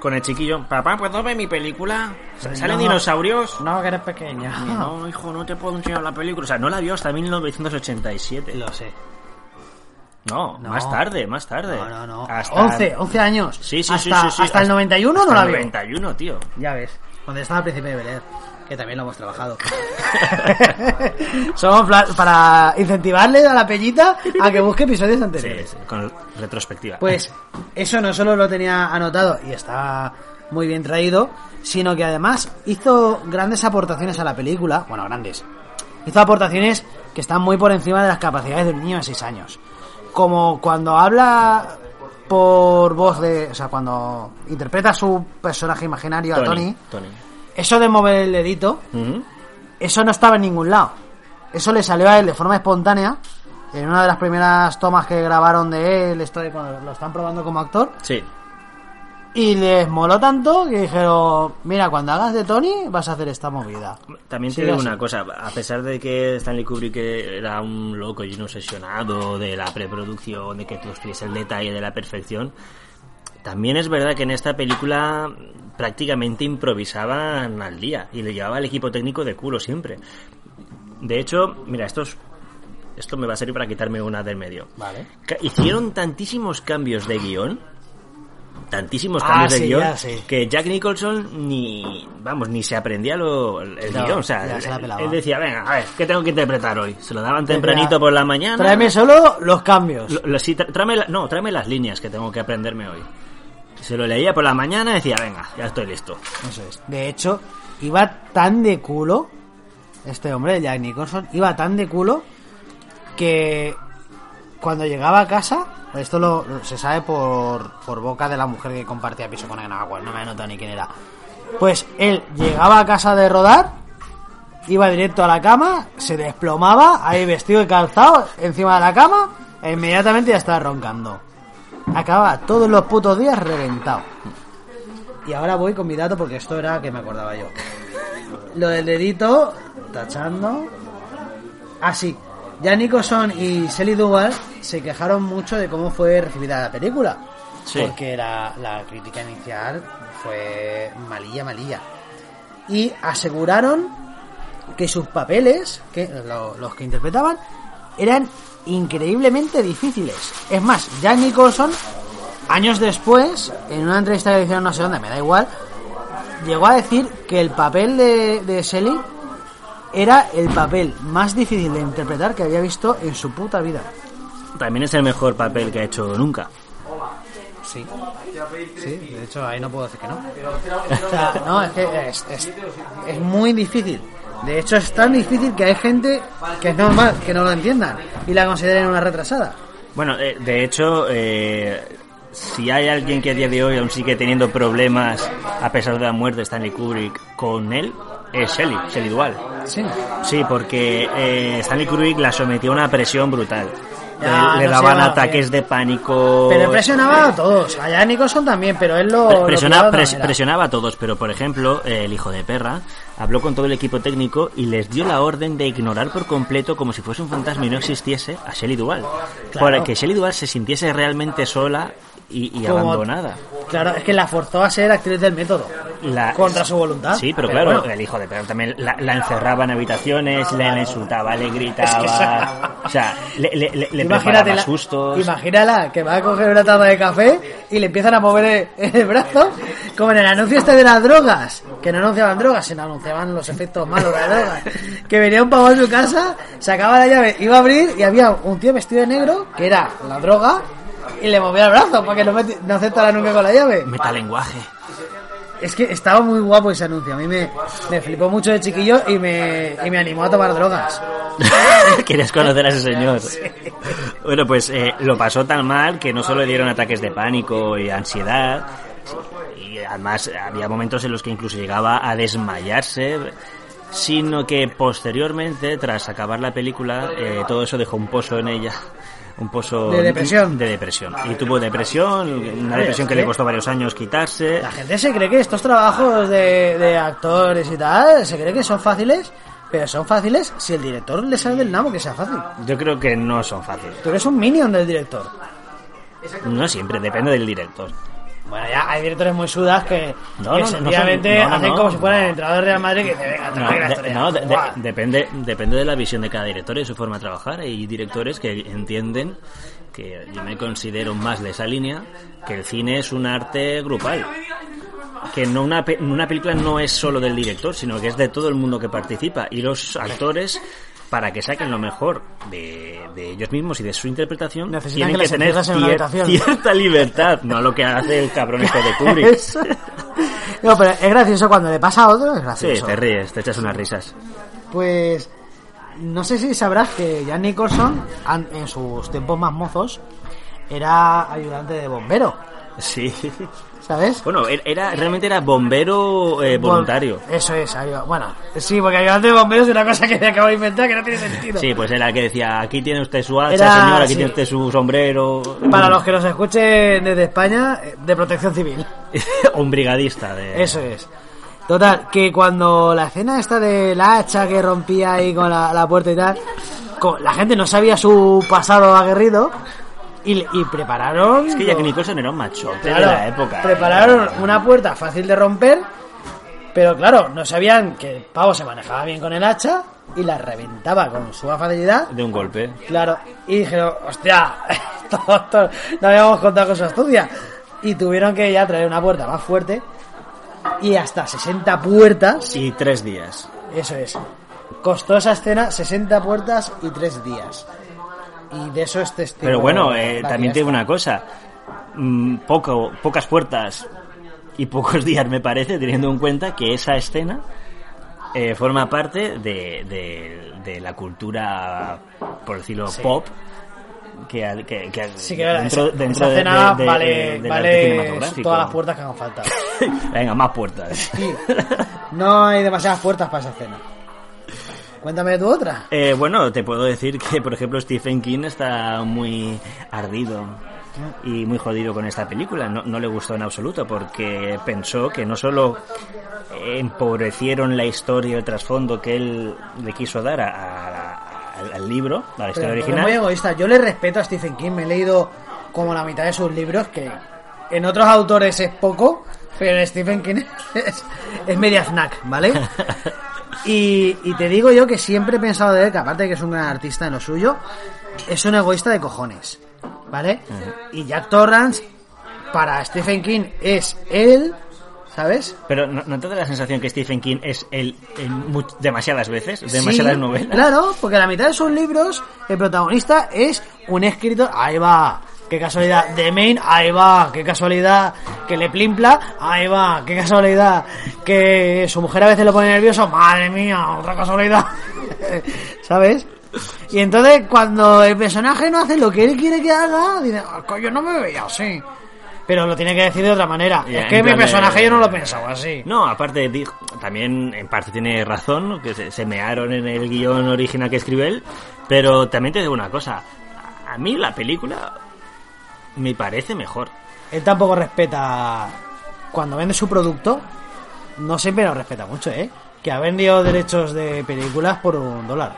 Speaker 2: con el chiquillo, papá, pues no ve mi película, salen
Speaker 1: No.
Speaker 2: dinosaurios.
Speaker 1: No, que eres pequeña.
Speaker 2: Y, No, hijo, no te puedo enseñar la película. O sea, no la vio hasta 1987.
Speaker 1: Lo sé.
Speaker 2: No,
Speaker 1: No.
Speaker 2: más tarde, más tarde.
Speaker 1: No, no, no.
Speaker 2: Hasta-
Speaker 1: 11, 11 años.
Speaker 2: Sí, sí, sí,
Speaker 1: hasta,
Speaker 2: sí, sí.
Speaker 1: Hasta el 91
Speaker 2: hasta
Speaker 1: no la
Speaker 2: el
Speaker 1: vio.
Speaker 2: 91, tío.
Speaker 1: Ya ves. Cuando estaba el príncipe de Bel Air, que también lo hemos trabajado. Somos pla- para incentivarle a la peñita a que busque episodios
Speaker 2: Sí,
Speaker 1: anteriores.
Speaker 2: sí, con retrospectiva.
Speaker 1: Pues eso no solo lo tenía anotado y está muy bien traído, sino que además hizo grandes aportaciones a la película. Bueno, grandes. Hizo aportaciones que están muy por encima de las capacidades de un niño de 6 años. Como cuando habla por voz de... O sea, cuando interpreta a su personaje imaginario, a Tony,
Speaker 2: Tony.
Speaker 1: eso de mover el dedito,
Speaker 2: Ujú.
Speaker 1: eso no estaba en ningún lado. Eso le salió a él de forma espontánea. En una de las primeras tomas que grabaron de él, esto de cuando lo están probando como actor.
Speaker 2: Sí.
Speaker 1: Y les moló tanto que dijeron, mira, cuando hagas de Tony vas a hacer esta movida.
Speaker 2: También
Speaker 1: Sí,
Speaker 2: te digo
Speaker 1: así.
Speaker 2: una cosa, a pesar de que Stanley Kubrick era un loco y un obsesionado de la preproducción, de que tú estuviese el detalle de la perfección, también es verdad que en esta película prácticamente improvisaban al día y le llevaba al equipo técnico de culo siempre. De hecho, mira, esto, es- esto me va a servir para quitarme una del medio.
Speaker 1: Vale.
Speaker 2: Ca- Hicieron tantísimos cambios de guión tantísimos
Speaker 1: Ah,
Speaker 2: cambios
Speaker 1: sí,
Speaker 2: de guión
Speaker 1: ya, sí.
Speaker 2: que Jack Nicholson ni, vamos, ni se aprendía lo, el
Speaker 1: No,
Speaker 2: guión. O sea,
Speaker 1: ya se la
Speaker 2: él,
Speaker 1: pelaba.
Speaker 2: él decía, venga, a ver, ¿qué tengo que interpretar hoy? Se lo daban tempranito por la mañana.
Speaker 1: Tráeme solo los cambios.
Speaker 2: Lo- lo- sí, tra- tráeme la- no, tráeme las líneas que tengo que aprenderme hoy. Se lo leía por la mañana y decía, venga, ya estoy listo.
Speaker 1: Eso es. De hecho, iba tan de culo. Este hombre, Jack Nicholson, iba tan de culo que cuando llegaba a casa, esto lo, lo- se sabe por, por boca de la mujer que compartía piso con él, no, me acuerdo, no me anotado ni quién era. Pues él llegaba a casa de rodar, iba directo a la cama, se desplomaba, ahí vestido y calzado, encima de la cama, e inmediatamente ya estaba roncando. Acababa todos los putos días reventado. Y ahora voy con mi dato porque esto era que me acordaba yo. Lo del dedito, tachando. Ah, sí. Ya Nicholson y Sally Duval se quejaron mucho de cómo fue recibida la película.
Speaker 2: Sí.
Speaker 1: Porque la, la crítica inicial fue malilla, malilla. Y aseguraron que sus papeles, que eh, lo- los que interpretaban, eran increíblemente difíciles. Es más, Jack Nicholson, años después, en una entrevista que le hicieron no sé dónde, me da igual, llegó a decir que el papel de, de Shelley era el papel más difícil de interpretar que había visto en su puta vida.
Speaker 2: También es el mejor papel que ha hecho nunca.
Speaker 1: Sí. Sí, de hecho ahí no puedo decir que no. O sea, no, es que es, es- es muy difícil. De hecho es tan difícil que hay gente que es normal que no lo entiendan y la consideren una retrasada.
Speaker 2: Bueno, eh, de hecho, eh, si hay alguien que a día de hoy aún sigue teniendo problemas, a pesar de la muerte de Stanley Kubrick, con él, es Shelley, Shelley Duval.
Speaker 1: Sí.
Speaker 2: Sí, porque eh, Stanley Kubrick la sometió a una presión brutal.
Speaker 1: Ya,
Speaker 2: le le
Speaker 1: Ah, no
Speaker 2: daban
Speaker 1: sé, no,
Speaker 2: ataques de pánico.
Speaker 1: Pero presionaba a todos. Allá Nicholson también, pero él lo...
Speaker 2: Pre-
Speaker 1: lo
Speaker 2: presiona-
Speaker 1: cuidaba de otra
Speaker 2: pres-
Speaker 1: manera.
Speaker 2: presionaba a todos, pero por ejemplo, eh, el hijo de perra habló con todo el equipo técnico y les dio la orden de ignorar por completo, como si fuese un fantasma y no existiese, a Shelley Duval. Para que Shelley Duval se sintiese realmente sola y, y
Speaker 1: Como-
Speaker 2: abandonada.
Speaker 1: Claro, es que la forzó a ser actriz del método.
Speaker 2: La-
Speaker 1: Contra su voluntad.
Speaker 2: Ah, Sí, pero, claro,
Speaker 1: bueno,
Speaker 2: el hijo de perra también la, la encerraba en habitaciones, la insultaba, le gritaba. O sea, le, le, le- le preparaba
Speaker 1: imagínatela-
Speaker 2: sustos.
Speaker 1: imagínala que va a coger una taza de café y le empiezan a mover el, el brazo, como en el anuncio este de las drogas, que no anunciaban drogas, sino anunciaban los efectos malos de las drogas. Que venía un pavo a su casa, sacaba la llave, iba a abrir y había un tío vestido de negro, que era la droga, y le movía el brazo para que no, meti- no aceptara nunca con la llave.
Speaker 2: Metalenguaje.
Speaker 1: Es que estaba muy guapo ese anuncio, a mí me, me flipó mucho de chiquillo y me, y me animó a tomar drogas.
Speaker 2: Querías conocer a ese señor. Bueno, pues eh, lo pasó tan mal que no solo le dieron ataques de pánico y ansiedad, y además había momentos en los que incluso llegaba a desmayarse, sino que posteriormente, tras acabar la película, eh, todo eso dejó un pozo en ella. Un pozo
Speaker 1: De depresión.
Speaker 2: De depresión. Y tuvo depresión, una depresión que le costó varios años quitarse.
Speaker 1: La gente se cree que estos trabajos de, de actores y tal, se cree que son fáciles, pero son fáciles si el director le sale del nabo que sea fácil.
Speaker 2: Yo creo que no son fáciles.
Speaker 1: Tú eres un minion del director.
Speaker 2: No siempre, depende del director.
Speaker 1: Bueno, ya hay directores muy sudas que, que
Speaker 2: No, no, no,
Speaker 1: sencillamente
Speaker 2: no son- no, no,
Speaker 1: hacen
Speaker 2: no.
Speaker 1: como si fueran el entrenador de Real Madrid que dice, venga, te
Speaker 2: No,
Speaker 1: voy a la
Speaker 2: de-
Speaker 1: historia.
Speaker 2: no, de- de-
Speaker 1: Buah.
Speaker 2: depende, depende de la visión de cada director y de su forma de trabajar. Hay directores que entienden que yo me considero más de esa línea, que el cine es un arte grupal. Que no una, pe- una película no es solo del director, sino que es de todo el mundo que participa. Y los actores, para que saquen lo mejor de, de ellos mismos y de su interpretación,
Speaker 1: Necesitan
Speaker 2: tienen
Speaker 1: que
Speaker 2: que,
Speaker 1: les
Speaker 2: tener
Speaker 1: encierres en una
Speaker 2: cier-
Speaker 1: habitación.
Speaker 2: cierta libertad, no lo que hace el cabrón este de
Speaker 1: Eso.
Speaker 2: Kubrick.
Speaker 1: No, pero es gracioso cuando le pasa a otro, es
Speaker 2: Sí,
Speaker 1: gracioso.
Speaker 2: te ríes, te echas unas risas.
Speaker 1: Pues no sé si sabrás que Jack Nicholson, an- en sus tiempos más mozos, era ayudante de bombero,
Speaker 2: Sí.
Speaker 1: ¿sabes?
Speaker 2: Bueno, er- era, realmente era bombero eh, voluntario.
Speaker 1: Vol- Eso es, ayuda- bueno, sí, porque ayudante de bomberos es una cosa que me acabo de inventar que no tiene sentido.
Speaker 2: Sí, pues era el que decía, aquí tiene usted su hacha,
Speaker 1: Era-
Speaker 2: señor, aquí
Speaker 1: sí.
Speaker 2: tiene usted su sombrero.
Speaker 1: Para los que nos escuchen desde España, eh, de protección civil.
Speaker 2: Un brigadista de...
Speaker 1: Eso es. Total, que cuando la escena esta de la hacha que rompía ahí con la, la puerta y tal, co- la gente no sabía su pasado aguerrido y, le- y prepararon...
Speaker 2: Es que Jack
Speaker 1: lo-
Speaker 2: Nicholson era un machote
Speaker 1: Claro,
Speaker 2: de la época. ¿eh?
Speaker 1: Prepararon una puerta fácil de romper, pero claro, no sabían que el pavo se manejaba bien con el hacha y la reventaba con su facilidad.
Speaker 2: De un golpe.
Speaker 1: Claro, y dijeron, hostia, esto- esto no habíamos contado con su astucia. y tuvieron que ya traer una puerta más fuerte y hasta 60 puertas.
Speaker 2: Y tres días.
Speaker 1: Eso es. Costó esa escena 60 puertas y 3 días. Y de eso es testigo.
Speaker 2: Pero bueno, eh,
Speaker 1: la fiesta.
Speaker 2: también te digo una cosa. Mm, poco, pocas puertas y pocos días, me parece, teniendo en cuenta que esa escena eh, forma parte de, de- de la cultura, por decirlo, pop. Que, al- que, que al-
Speaker 1: Sí, que dentro, esa, esa
Speaker 2: dentro de-
Speaker 1: escena
Speaker 2: de- de-
Speaker 1: vale,
Speaker 2: del arte
Speaker 1: vale
Speaker 2: cinematográfico.
Speaker 1: todas las puertas que hagan falta.
Speaker 2: Venga, más puertas.
Speaker 1: Sí. No hay demasiadas puertas para esa escena. Cuéntame tú otra.
Speaker 2: Eh, bueno, te puedo decir que, por ejemplo, Stephen King está muy ardido y muy jodido con esta película. No, no le gustó en absoluto porque pensó que no solo empobrecieron la historia y el trasfondo que él le quiso dar a- a- al- al libro, a la
Speaker 1: Pero
Speaker 2: historia
Speaker 1: no,
Speaker 2: original.
Speaker 1: Es muy egoísta. Yo le respeto a Stephen King. Me he leído como la mitad de sus libros, que en otros autores es poco, pero en Stephen King es, es media snack, ¿vale? Y, y te digo yo que siempre he pensado de él, que aparte de que es un gran artista en lo suyo, es un egoísta de cojones, ¿vale? Y Jack Torrance, para Stephen King, es él, ¿sabes?
Speaker 2: Pero ¿no, no te da la sensación que Stephen King es él en much- demasiadas veces, demasiadas
Speaker 1: Sí,
Speaker 2: novelas?
Speaker 1: Claro, porque la mitad de sus libros, el protagonista es un escritor. Ahí va, qué casualidad. The Main, ahí va, qué casualidad. Que le plimpla, ahí va, qué casualidad. Que su mujer a veces lo pone nervioso, madre mía, otra casualidad. ¿Sabes? Y entonces cuando el personaje no hace lo que él quiere que haga, dice, "Ah, coño, no me veía así. Pero lo tiene que decir de otra manera.
Speaker 2: Ya,
Speaker 1: es que
Speaker 2: en
Speaker 1: mi
Speaker 2: plan de-
Speaker 1: personaje yo no lo pensaba así.
Speaker 2: No, aparte dijo, también en parte tiene razón, ¿no? que se, se mearon en el guión original que escribió él, pero también te digo una cosa, a mí la película me parece mejor.
Speaker 1: Él tampoco respeta. Cuando vende su producto, no siempre lo respeta mucho, ¿eh? Que ha vendido derechos de películas por un dólar.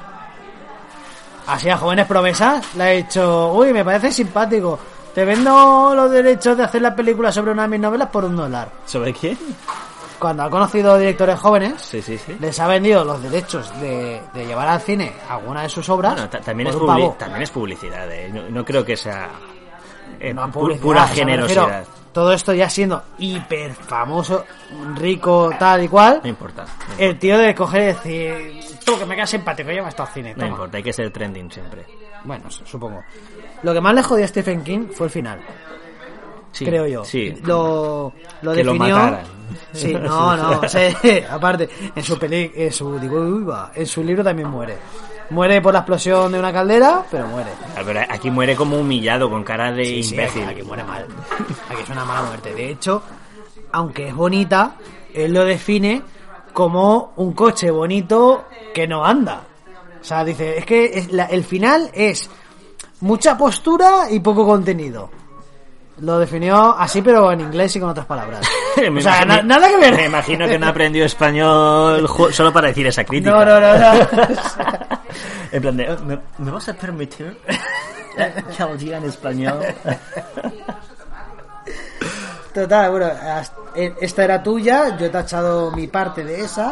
Speaker 1: Así a Jóvenes Promesas le ha dicho, uy, me parece simpático. Te vendo los derechos de hacer la película sobre una de mis novelas por un dólar.
Speaker 2: ¿Sobre quién?
Speaker 1: Cuando ha conocido directores jóvenes,
Speaker 2: Sí, sí, sí.
Speaker 1: les ha vendido los derechos de, de llevar al cine alguna de sus obras.
Speaker 2: Bueno, ta- también, es
Speaker 1: por un
Speaker 2: publi-
Speaker 1: pavo.
Speaker 2: también es publicidad, eh, no, no creo que sea eh,
Speaker 1: No,
Speaker 2: pu-
Speaker 1: publicidad,
Speaker 2: pura
Speaker 1: o sea, me refiero,
Speaker 2: generosidad.
Speaker 1: todo esto ya siendo hiper famoso, rico, tal y cual.
Speaker 2: No importa, no,
Speaker 1: El tío de coger y decir, tú que me quedas simpático, lleva esto al cine.
Speaker 2: no
Speaker 1: toma".
Speaker 2: importa, hay que ser trending siempre.
Speaker 1: Bueno, su- supongo. Lo que más le jodió a Stephen King fue el final,
Speaker 2: Sí,
Speaker 1: creo yo.
Speaker 2: Sí.
Speaker 1: Lo, lo
Speaker 2: Que lo
Speaker 1: definió.
Speaker 2: mataran.
Speaker 1: sí, no, no. o sea, aparte, en su peli, en su, digo, uy, va, en su libro también muere. Muere por la explosión de una caldera, pero muere.
Speaker 2: Ah, pero aquí muere como humillado, con cara de
Speaker 1: Sí, sí,
Speaker 2: imbécil.
Speaker 1: aquí muere mal. Aquí es una mala muerte. De hecho, aunque es bonita, él lo define como un coche bonito que no anda. O sea, dice, es que es la- el final es mucha postura y poco contenido. Lo definió así, pero en inglés y con otras palabras.
Speaker 2: Me
Speaker 1: o sea,
Speaker 2: imagino-
Speaker 1: na- nada que ver.
Speaker 2: Me imagino que no aprendió español ju- solo para decir esa crítica.
Speaker 1: No, no, no, no.
Speaker 2: en plan
Speaker 1: "Oh,
Speaker 2: de, ¿me, me vas a permitir que os diga en español?
Speaker 1: Total, bueno, as- eh, esta era tuya, yo he tachado mi parte de esa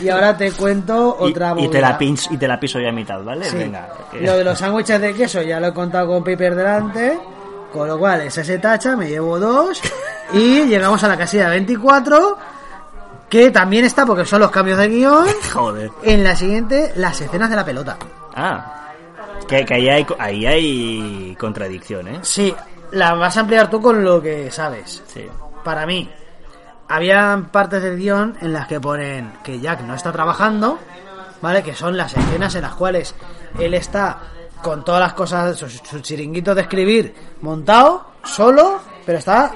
Speaker 1: y ahora te cuento
Speaker 2: Y-
Speaker 1: otra
Speaker 2: y, te la
Speaker 1: movida.
Speaker 2: pinch- y te la piso ya a mitad, ¿vale?
Speaker 1: Sí.
Speaker 2: Venga. eh,
Speaker 1: Lo de los sándwiches de queso ya lo he contado con Piper delante, con lo cual esa se tacha, me llevo dos y llegamos a la casilla 24, que también está porque son los cambios de guión.
Speaker 2: Joder.
Speaker 1: En la siguiente, las escenas de la pelota.
Speaker 2: Ah. Que, que ahí, hay, co- ahí hay contradicción, ¿eh?
Speaker 1: Sí, las vas a ampliar tú con lo que sabes.
Speaker 2: Sí.
Speaker 1: Para mí, habían partes del guión en las que ponen que Jack no está trabajando, ¿vale? Que son las escenas en las cuales él está con todas las cosas, su, su chiringuito de escribir montado, solo, pero está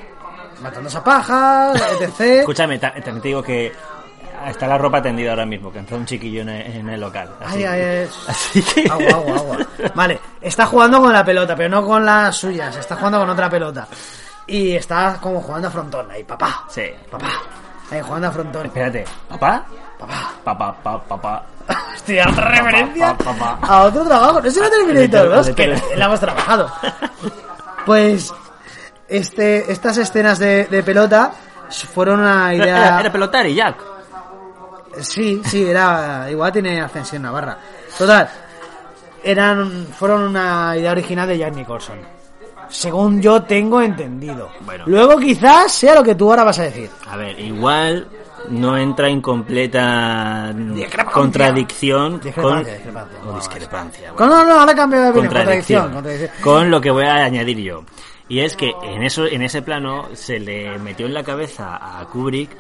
Speaker 1: matándose a pajas, etc.
Speaker 2: Escúchame, ta- también te digo que está la ropa tendida ahora mismo, que entró un chiquillo en el, en el local.
Speaker 1: Ay,
Speaker 2: Así,
Speaker 1: ay, ay.
Speaker 2: así que...
Speaker 1: Agua, agua, agua. Vale, está jugando con la pelota, pero no con las suyas, está jugando con otra pelota. Y está como jugando a frontón, ahí, papá,
Speaker 2: Sí.
Speaker 1: papá, ahí jugando a frontón.
Speaker 2: Espérate. ¿Papá?
Speaker 1: Papá.
Speaker 2: Papá, papá, papá.
Speaker 1: Hostia, otra
Speaker 2: Pa, pa,
Speaker 1: referencia
Speaker 2: pa, pa, pa.
Speaker 1: a otro trabajo. No se lo terminé
Speaker 2: Vete,
Speaker 1: todos,
Speaker 2: vete,
Speaker 1: que
Speaker 2: vete.
Speaker 1: la hemos trabajado. Pues este, estas escenas de, de pelota fueron una
Speaker 2: Era, era
Speaker 1: idea...
Speaker 2: pelotari, Jack.
Speaker 1: Sí, sí, era... Igual tiene ascensión Navarra. Total, eran, fueron una idea original de Jack Nicholson. Según yo tengo entendido.
Speaker 2: Bueno.
Speaker 1: Luego quizás sea lo que tú ahora vas a decir.
Speaker 2: A ver, igual no entra en completa contradicción con
Speaker 1: Discrepancia, discrepancia.
Speaker 2: o discrepancia,
Speaker 1: No,
Speaker 2: bueno,
Speaker 1: no, no, ahora cambio de opinión. Contradicción.
Speaker 2: contradicción,
Speaker 1: contradicción.
Speaker 2: con lo que voy a añadir yo. Y es que en eso en ese plano se le metió en la cabeza a Kubrick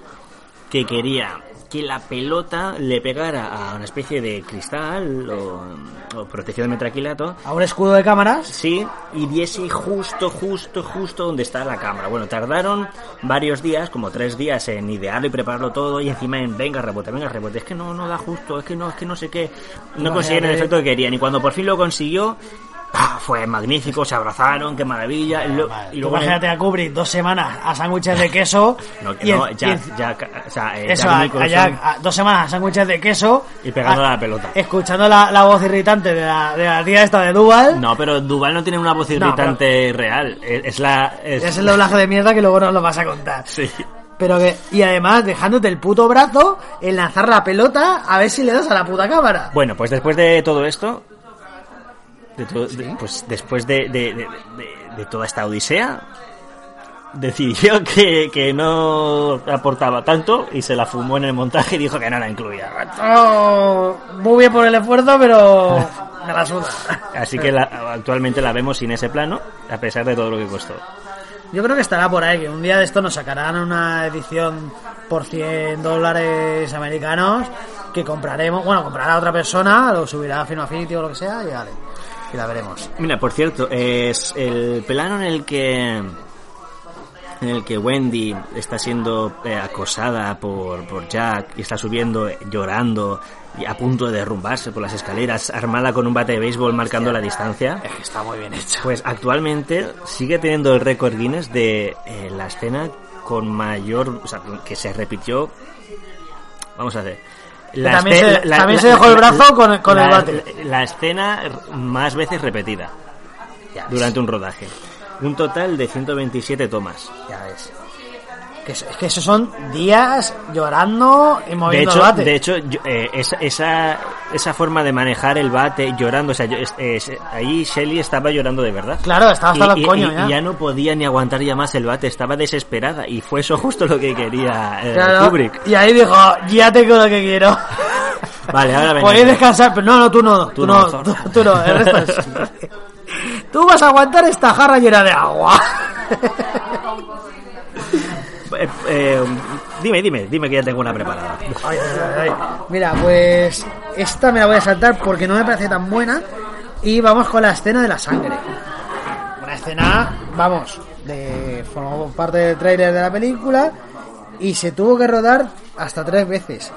Speaker 2: que quería que la pelota le pegara a una especie de cristal o, o protección de metraquilato
Speaker 1: A un escudo de cámaras.
Speaker 2: Sí, y diese justo, justo, justo donde está la cámara. Bueno, tardaron varios días, como tres días, en idearlo y prepararlo todo, y encima en venga, rebote, venga, rebote. Es que no, no da justo, es que no, es que no sé qué. No consiguieron el efecto que querían, y cuando por fin lo consiguió, ¡ah! fue magnífico, se abrazaron, qué maravilla. y lo- y
Speaker 1: Tú
Speaker 2: luego.
Speaker 1: imagínate a Kubrick dos semanas a sándwiches de queso.
Speaker 2: No,
Speaker 1: y en-
Speaker 2: no,
Speaker 1: y
Speaker 2: Jack,
Speaker 1: en-
Speaker 2: Jack, o sea, eh,
Speaker 1: Eso,
Speaker 2: Jack
Speaker 1: a- a
Speaker 2: Nicholson.
Speaker 1: Jack, a- dos semanas a sándwiches de queso.
Speaker 2: Y pegándole
Speaker 1: a- eh,
Speaker 2: a la pelota.
Speaker 1: Escuchando la, la voz irritante de la, de la tía esta de Duval.
Speaker 2: No, pero Duval no tiene una voz
Speaker 1: pero-
Speaker 2: irritante real. Es, es la. Es,
Speaker 1: Es el doblaje de mierda que luego nos lo vas a contar.
Speaker 2: Sí.
Speaker 1: Pero que, y además dejándote el puto brazo en lanzar la pelota a ver si le das a la puta cámara.
Speaker 2: Bueno, pues después de todo esto, de to- de- pues después de, de- de- de- de toda esta odisea, decidió que, que no aportaba tanto y se la fumó en el montaje y dijo que no la incluía.
Speaker 1: Oh, muy bien por el esfuerzo, pero me la suda.
Speaker 2: Así que la- actualmente la vemos sin ese plano, a pesar de todo lo que costó.
Speaker 1: Yo creo que estará por ahí, que un día de esto nos sacarán una edición por 100 dólares americanos que compraremos, bueno, comprará otra persona, lo subirá a Film Affinity o lo que sea y, vale, y la veremos.
Speaker 2: Mira, por cierto, es el plano en el que en el que Wendy está siendo eh, acosada por, por Jack y está subiendo eh, llorando y a punto de derrumbarse por las escaleras, armada con un bate de béisbol marcando la distancia.
Speaker 1: Es que está muy bien hecho.
Speaker 2: Pues actualmente sigue teniendo el récord Guinness de eh, la escena con mayor, o sea, que se repitió. Vamos a ver.
Speaker 1: también
Speaker 2: escena-
Speaker 1: se- también se dejó el brazo con- con el
Speaker 2: la-
Speaker 1: bate.
Speaker 2: La, escena más veces repetida
Speaker 1: Ya ves,
Speaker 2: durante un rodaje. Un total de 127 tomas.
Speaker 1: ya ves. Que, eso- es que esos son días llorando y
Speaker 2: De
Speaker 1: moviendo el
Speaker 2: hecho,
Speaker 1: bate.
Speaker 2: de hecho yo- eh, esa, esa, esa forma de manejar el bate llorando, o sea, yo- es- es- ahí Shelly estaba llorando de verdad.
Speaker 1: Claro, estaba hasta los coños
Speaker 2: y-
Speaker 1: ya.
Speaker 2: y ya no podía ni aguantar ya más el bate, estaba desesperada y fue eso justo lo que quería eh,
Speaker 1: Claro,
Speaker 2: Kubrick.
Speaker 1: Y ahí dijo, ya tengo lo que quiero.
Speaker 2: Vale, ahora venga.
Speaker 1: Podéis descansar, pero no, no, tú no, tú,
Speaker 2: Tú
Speaker 1: no,
Speaker 2: no,
Speaker 1: tú,
Speaker 2: zorra.
Speaker 1: tú no, el resto es- Tú vas a aguantar esta jarra llena de agua.
Speaker 2: Eh, eh, dime, dime, dime que ya tengo una preparada.
Speaker 1: Ay, ay, ay. Mira, pues esta me la voy a saltar porque no me parece tan buena. Y vamos con la escena de la sangre. Una escena, vamos, de, formó parte del tráiler de la película y se tuvo que rodar hasta tres veces.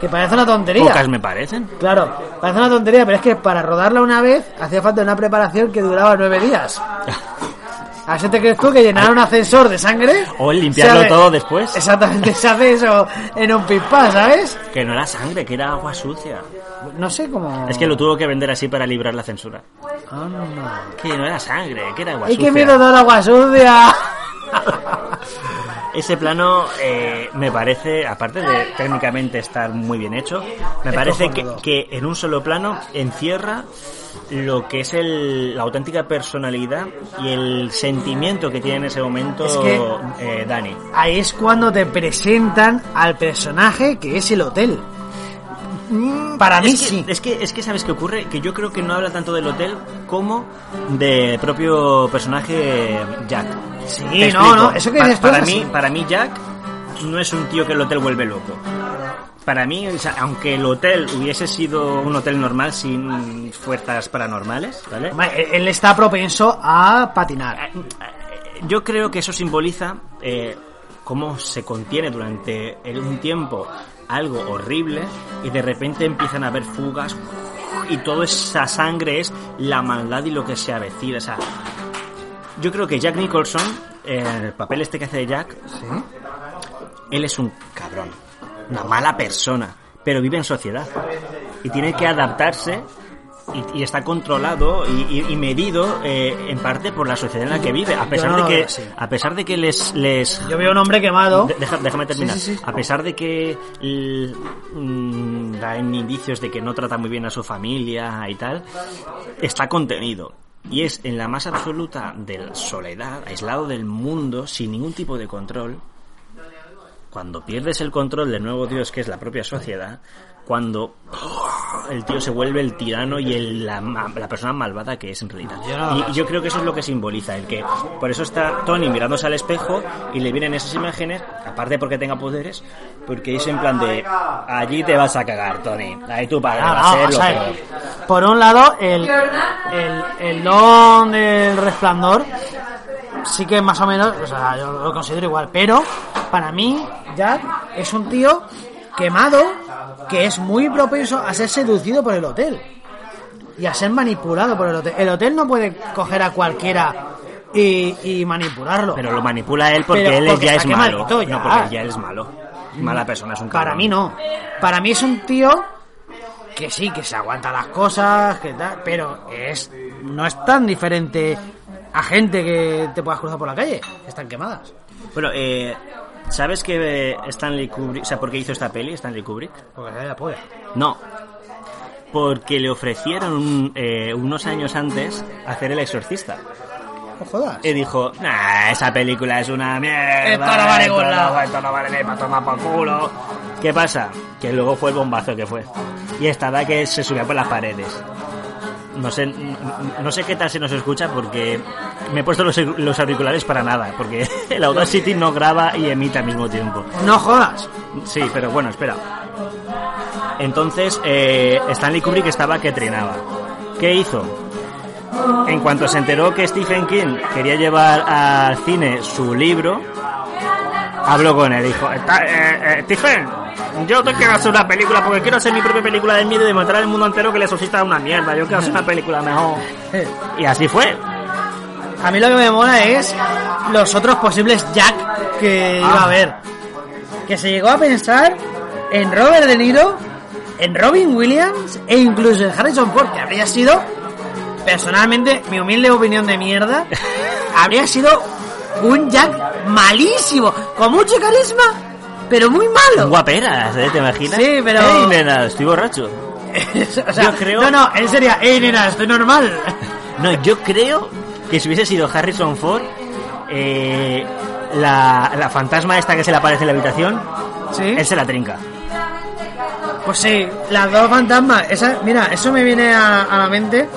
Speaker 1: Que parece una tontería.
Speaker 2: Pocas me parecen.
Speaker 1: Claro, parece una tontería, pero es que para rodarla una vez hacía falta una preparación que duraba nueve días. ¿Así te crees tú que llenar un ascensor de sangre?
Speaker 2: O limpiarlo
Speaker 1: se hace-
Speaker 2: todo después.
Speaker 1: Exactamente, se hace eso en un pipa, ¿sabes?
Speaker 2: Que no era sangre, que era agua sucia.
Speaker 1: No sé cómo...
Speaker 2: Es que lo tuvo que vender así para librar la censura.
Speaker 1: Anda.
Speaker 2: Que no era sangre, que era agua
Speaker 1: ¡Ay,
Speaker 2: sucia.
Speaker 1: qué miedo da la agua sucia!
Speaker 2: Ese plano eh, me parece, aparte de técnicamente estar muy bien hecho, me
Speaker 1: Es
Speaker 2: parece que,
Speaker 1: cojonudo.
Speaker 2: que en un solo plano encierra lo que es el, la auténtica personalidad y el sentimiento que tiene en ese momento
Speaker 1: Es que-
Speaker 2: eh, Dani.
Speaker 1: Ahí es cuando te presentan al personaje que es el hotel. Mm, Para mí
Speaker 2: es que,
Speaker 1: sí.
Speaker 2: Es que, es que sabes qué ocurre, que yo creo que no habla tanto del hotel como del propio personaje Jack.
Speaker 1: Sí,
Speaker 2: Te
Speaker 1: no,
Speaker 2: explico.
Speaker 1: no, eso que
Speaker 2: Pa-
Speaker 1: dices tú
Speaker 2: para
Speaker 1: es
Speaker 2: mí,
Speaker 1: así.
Speaker 2: para mí Jack no es un tío que el hotel vuelve loco. Para mí, o sea, aunque el hotel hubiese sido un hotel normal sin fuerzas paranormales, ¿vale?
Speaker 1: Hombre, Él está propenso a patinar.
Speaker 2: Yo creo que eso simboliza eh, cómo se contiene durante el- un tiempo algo horrible y de repente empiezan a haber fugas y toda esa sangre es la maldad y lo que se avecina. O sea, yo creo que Jack Nicholson, eh, el papel este que hace de Jack, él es un cabrón, una mala persona, pero vive en sociedad y tiene que adaptarse y, y está controlado y, y- y medido eh, en parte por la sociedad en la que vive, a pesar
Speaker 1: no lo
Speaker 2: de
Speaker 1: veo
Speaker 2: que
Speaker 1: así.
Speaker 2: a pesar de que les les
Speaker 1: Yo veo un hombre quemado.
Speaker 2: De- deja- déjame terminar.
Speaker 1: Sí, sí, sí.
Speaker 2: A pesar de que l- mm, da en indicios de que no trata muy bien a su familia y tal, está contenido. y es en la más absoluta de la soledad, aislado del mundo, sin ningún tipo de control. Cuando pierdes el control del nuevo Dios, que es la propia sociedad, cuando ¡oh!, el tío se vuelve el tirano y el- la, ma- la persona malvada que es en realidad. Y yo creo que eso es lo que simboliza, el que por eso está Tony mirándose al espejo y le vienen esas imágenes, aparte porque tenga poderes, porque es en plan de allí te vas a cagar, Tony, ahí tu padre
Speaker 1: Ah,
Speaker 2: va
Speaker 1: ah,
Speaker 2: a ser
Speaker 1: o
Speaker 2: lo
Speaker 1: sea,
Speaker 2: peor".
Speaker 1: por un lado, el, el, el don del resplandor sí que más o menos, o sea, yo lo considero igual, pero para mí, Jack es un tío quemado que es muy propenso a ser seducido por el hotel y a ser manipulado por el hotel. El hotel no puede coger a cualquiera y, y manipularlo.
Speaker 2: Pero lo manipula él porque
Speaker 1: Pero
Speaker 2: él es-
Speaker 1: porque
Speaker 2: ya es
Speaker 1: está
Speaker 2: malo.
Speaker 1: quemadito, ya.
Speaker 2: No, porque él ya es malo. Mala persona, es un
Speaker 1: Para
Speaker 2: cabrón.
Speaker 1: mí no. Para mí es un tío que sí, que se aguanta las cosas, que tal, pero es no es tan diferente a gente que te puedas cruzar por la calle, que están quemadas.
Speaker 2: Bueno, eh, ¿sabes que eh, Stanley Kubrick... O sea, ¿por qué hizo esta peli Stanley Kubrick?
Speaker 1: Porque se la polla.
Speaker 2: No. Porque le ofrecieron un, eh, unos años antes hacer El Exorcista.
Speaker 1: No jodas.
Speaker 2: Y dijo, nah, esa película es una mierda.
Speaker 1: Esto no vale
Speaker 2: esto
Speaker 1: con la-
Speaker 2: Esto no vale ni para tomar por culo. ¿Qué pasa? Que luego fue el bombazo que fue. Y esta da que se subía por las paredes. No sé, no sé qué tal se nos escucha porque me he puesto los, los auriculares para nada, porque el Audacity no graba y emite al mismo tiempo.
Speaker 1: No jodas.
Speaker 2: Sí, pero bueno, espera. Entonces, eh, Stanley Kubrick estaba que trinaba. ¿Qué hizo? En cuanto se enteró que Stephen King quería llevar al cine su libro, habló con él y dijo, "Está- eh, eh, Stephen, yo te quiero hacer una película porque quiero hacer mi propia película de miedo y de matar al mundo entero que le asustista una mierda. Yo quiero hacer una película mejor.
Speaker 1: Eh,
Speaker 2: Y así fue.
Speaker 1: A mí lo que me mola es los otros posibles Jack que
Speaker 2: Ah.
Speaker 1: iba a haber. Que se llegó a pensar en Robert De Niro, en Robin Williams e incluso en Harrison Ford, que habría sido, personalmente, mi humilde opinión de mierda, habría sido un Jack malísimo, con mucho carisma, pero muy malo.
Speaker 2: Guaperas, ¿eh? ¿Te imaginas?
Speaker 1: Sí, pero-
Speaker 2: Ey, nena, estoy borracho.
Speaker 1: O sea,
Speaker 2: Yo creo-
Speaker 1: No, no, él sería, hey nena, estoy normal.
Speaker 2: No, yo creo que si hubiese sido Harrison Ford, eh, la, la fantasma esta que se le aparece en la habitación,
Speaker 1: ¿Sí?
Speaker 2: él se la trinca.
Speaker 1: Pues sí, las dos fantasmas. Esa, mira, eso me viene a, a la mente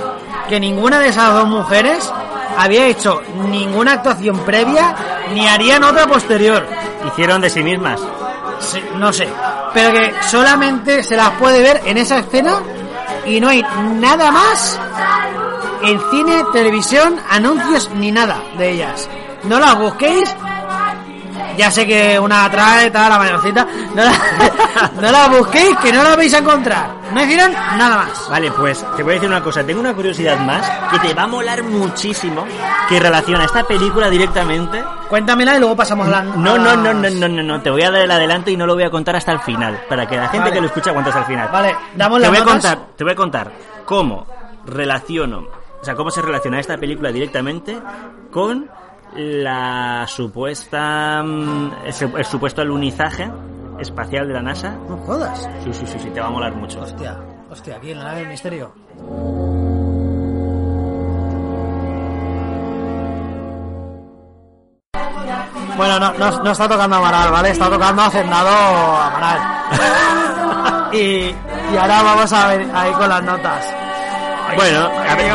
Speaker 1: que ninguna de esas dos mujeres había hecho ninguna actuación previa ni harían otra posterior.
Speaker 2: Hicieron de sí mismas.
Speaker 1: Sí, no sé. Pero que solamente se las puede ver en esa escena y no hay nada más en cine, televisión, anuncios ni nada de ellas. No las busquéis. Ya sé que una atrae, tal, la mayorcita. No la, no la busquéis, que no la vais a encontrar. No hicieron nada más.
Speaker 2: Vale, pues te voy a decir una cosa. Tengo una curiosidad más que te va a molar muchísimo que relaciona esta película directamente.
Speaker 1: Cuéntamela y luego pasamos a la.
Speaker 2: No, no, no,
Speaker 1: Ah,
Speaker 2: no, no, no, no. Te voy a dar el adelanto y no lo voy a contar hasta el final. Para que la gente
Speaker 1: Vale.
Speaker 2: que lo escucha aguante hasta el final.
Speaker 1: Vale, damos las
Speaker 2: te voy a
Speaker 1: notas.
Speaker 2: contar, Te voy a contar cómo relaciono, o sea, cómo se relaciona esta película directamente con la supuesta, mm, el su- el supuesto alunizaje espacial de la NASA.
Speaker 1: No jodas.
Speaker 2: Sí, sí, sí, sí, te va a molar mucho.
Speaker 1: Hostia, hostia, aquí en la nave del misterio. Bueno, no, no, no está tocando Amaral, ¿vale? Está tocando Hacendado Amaral. y, y ahora vamos a ver ahí con las notas.
Speaker 2: Bueno, a ver.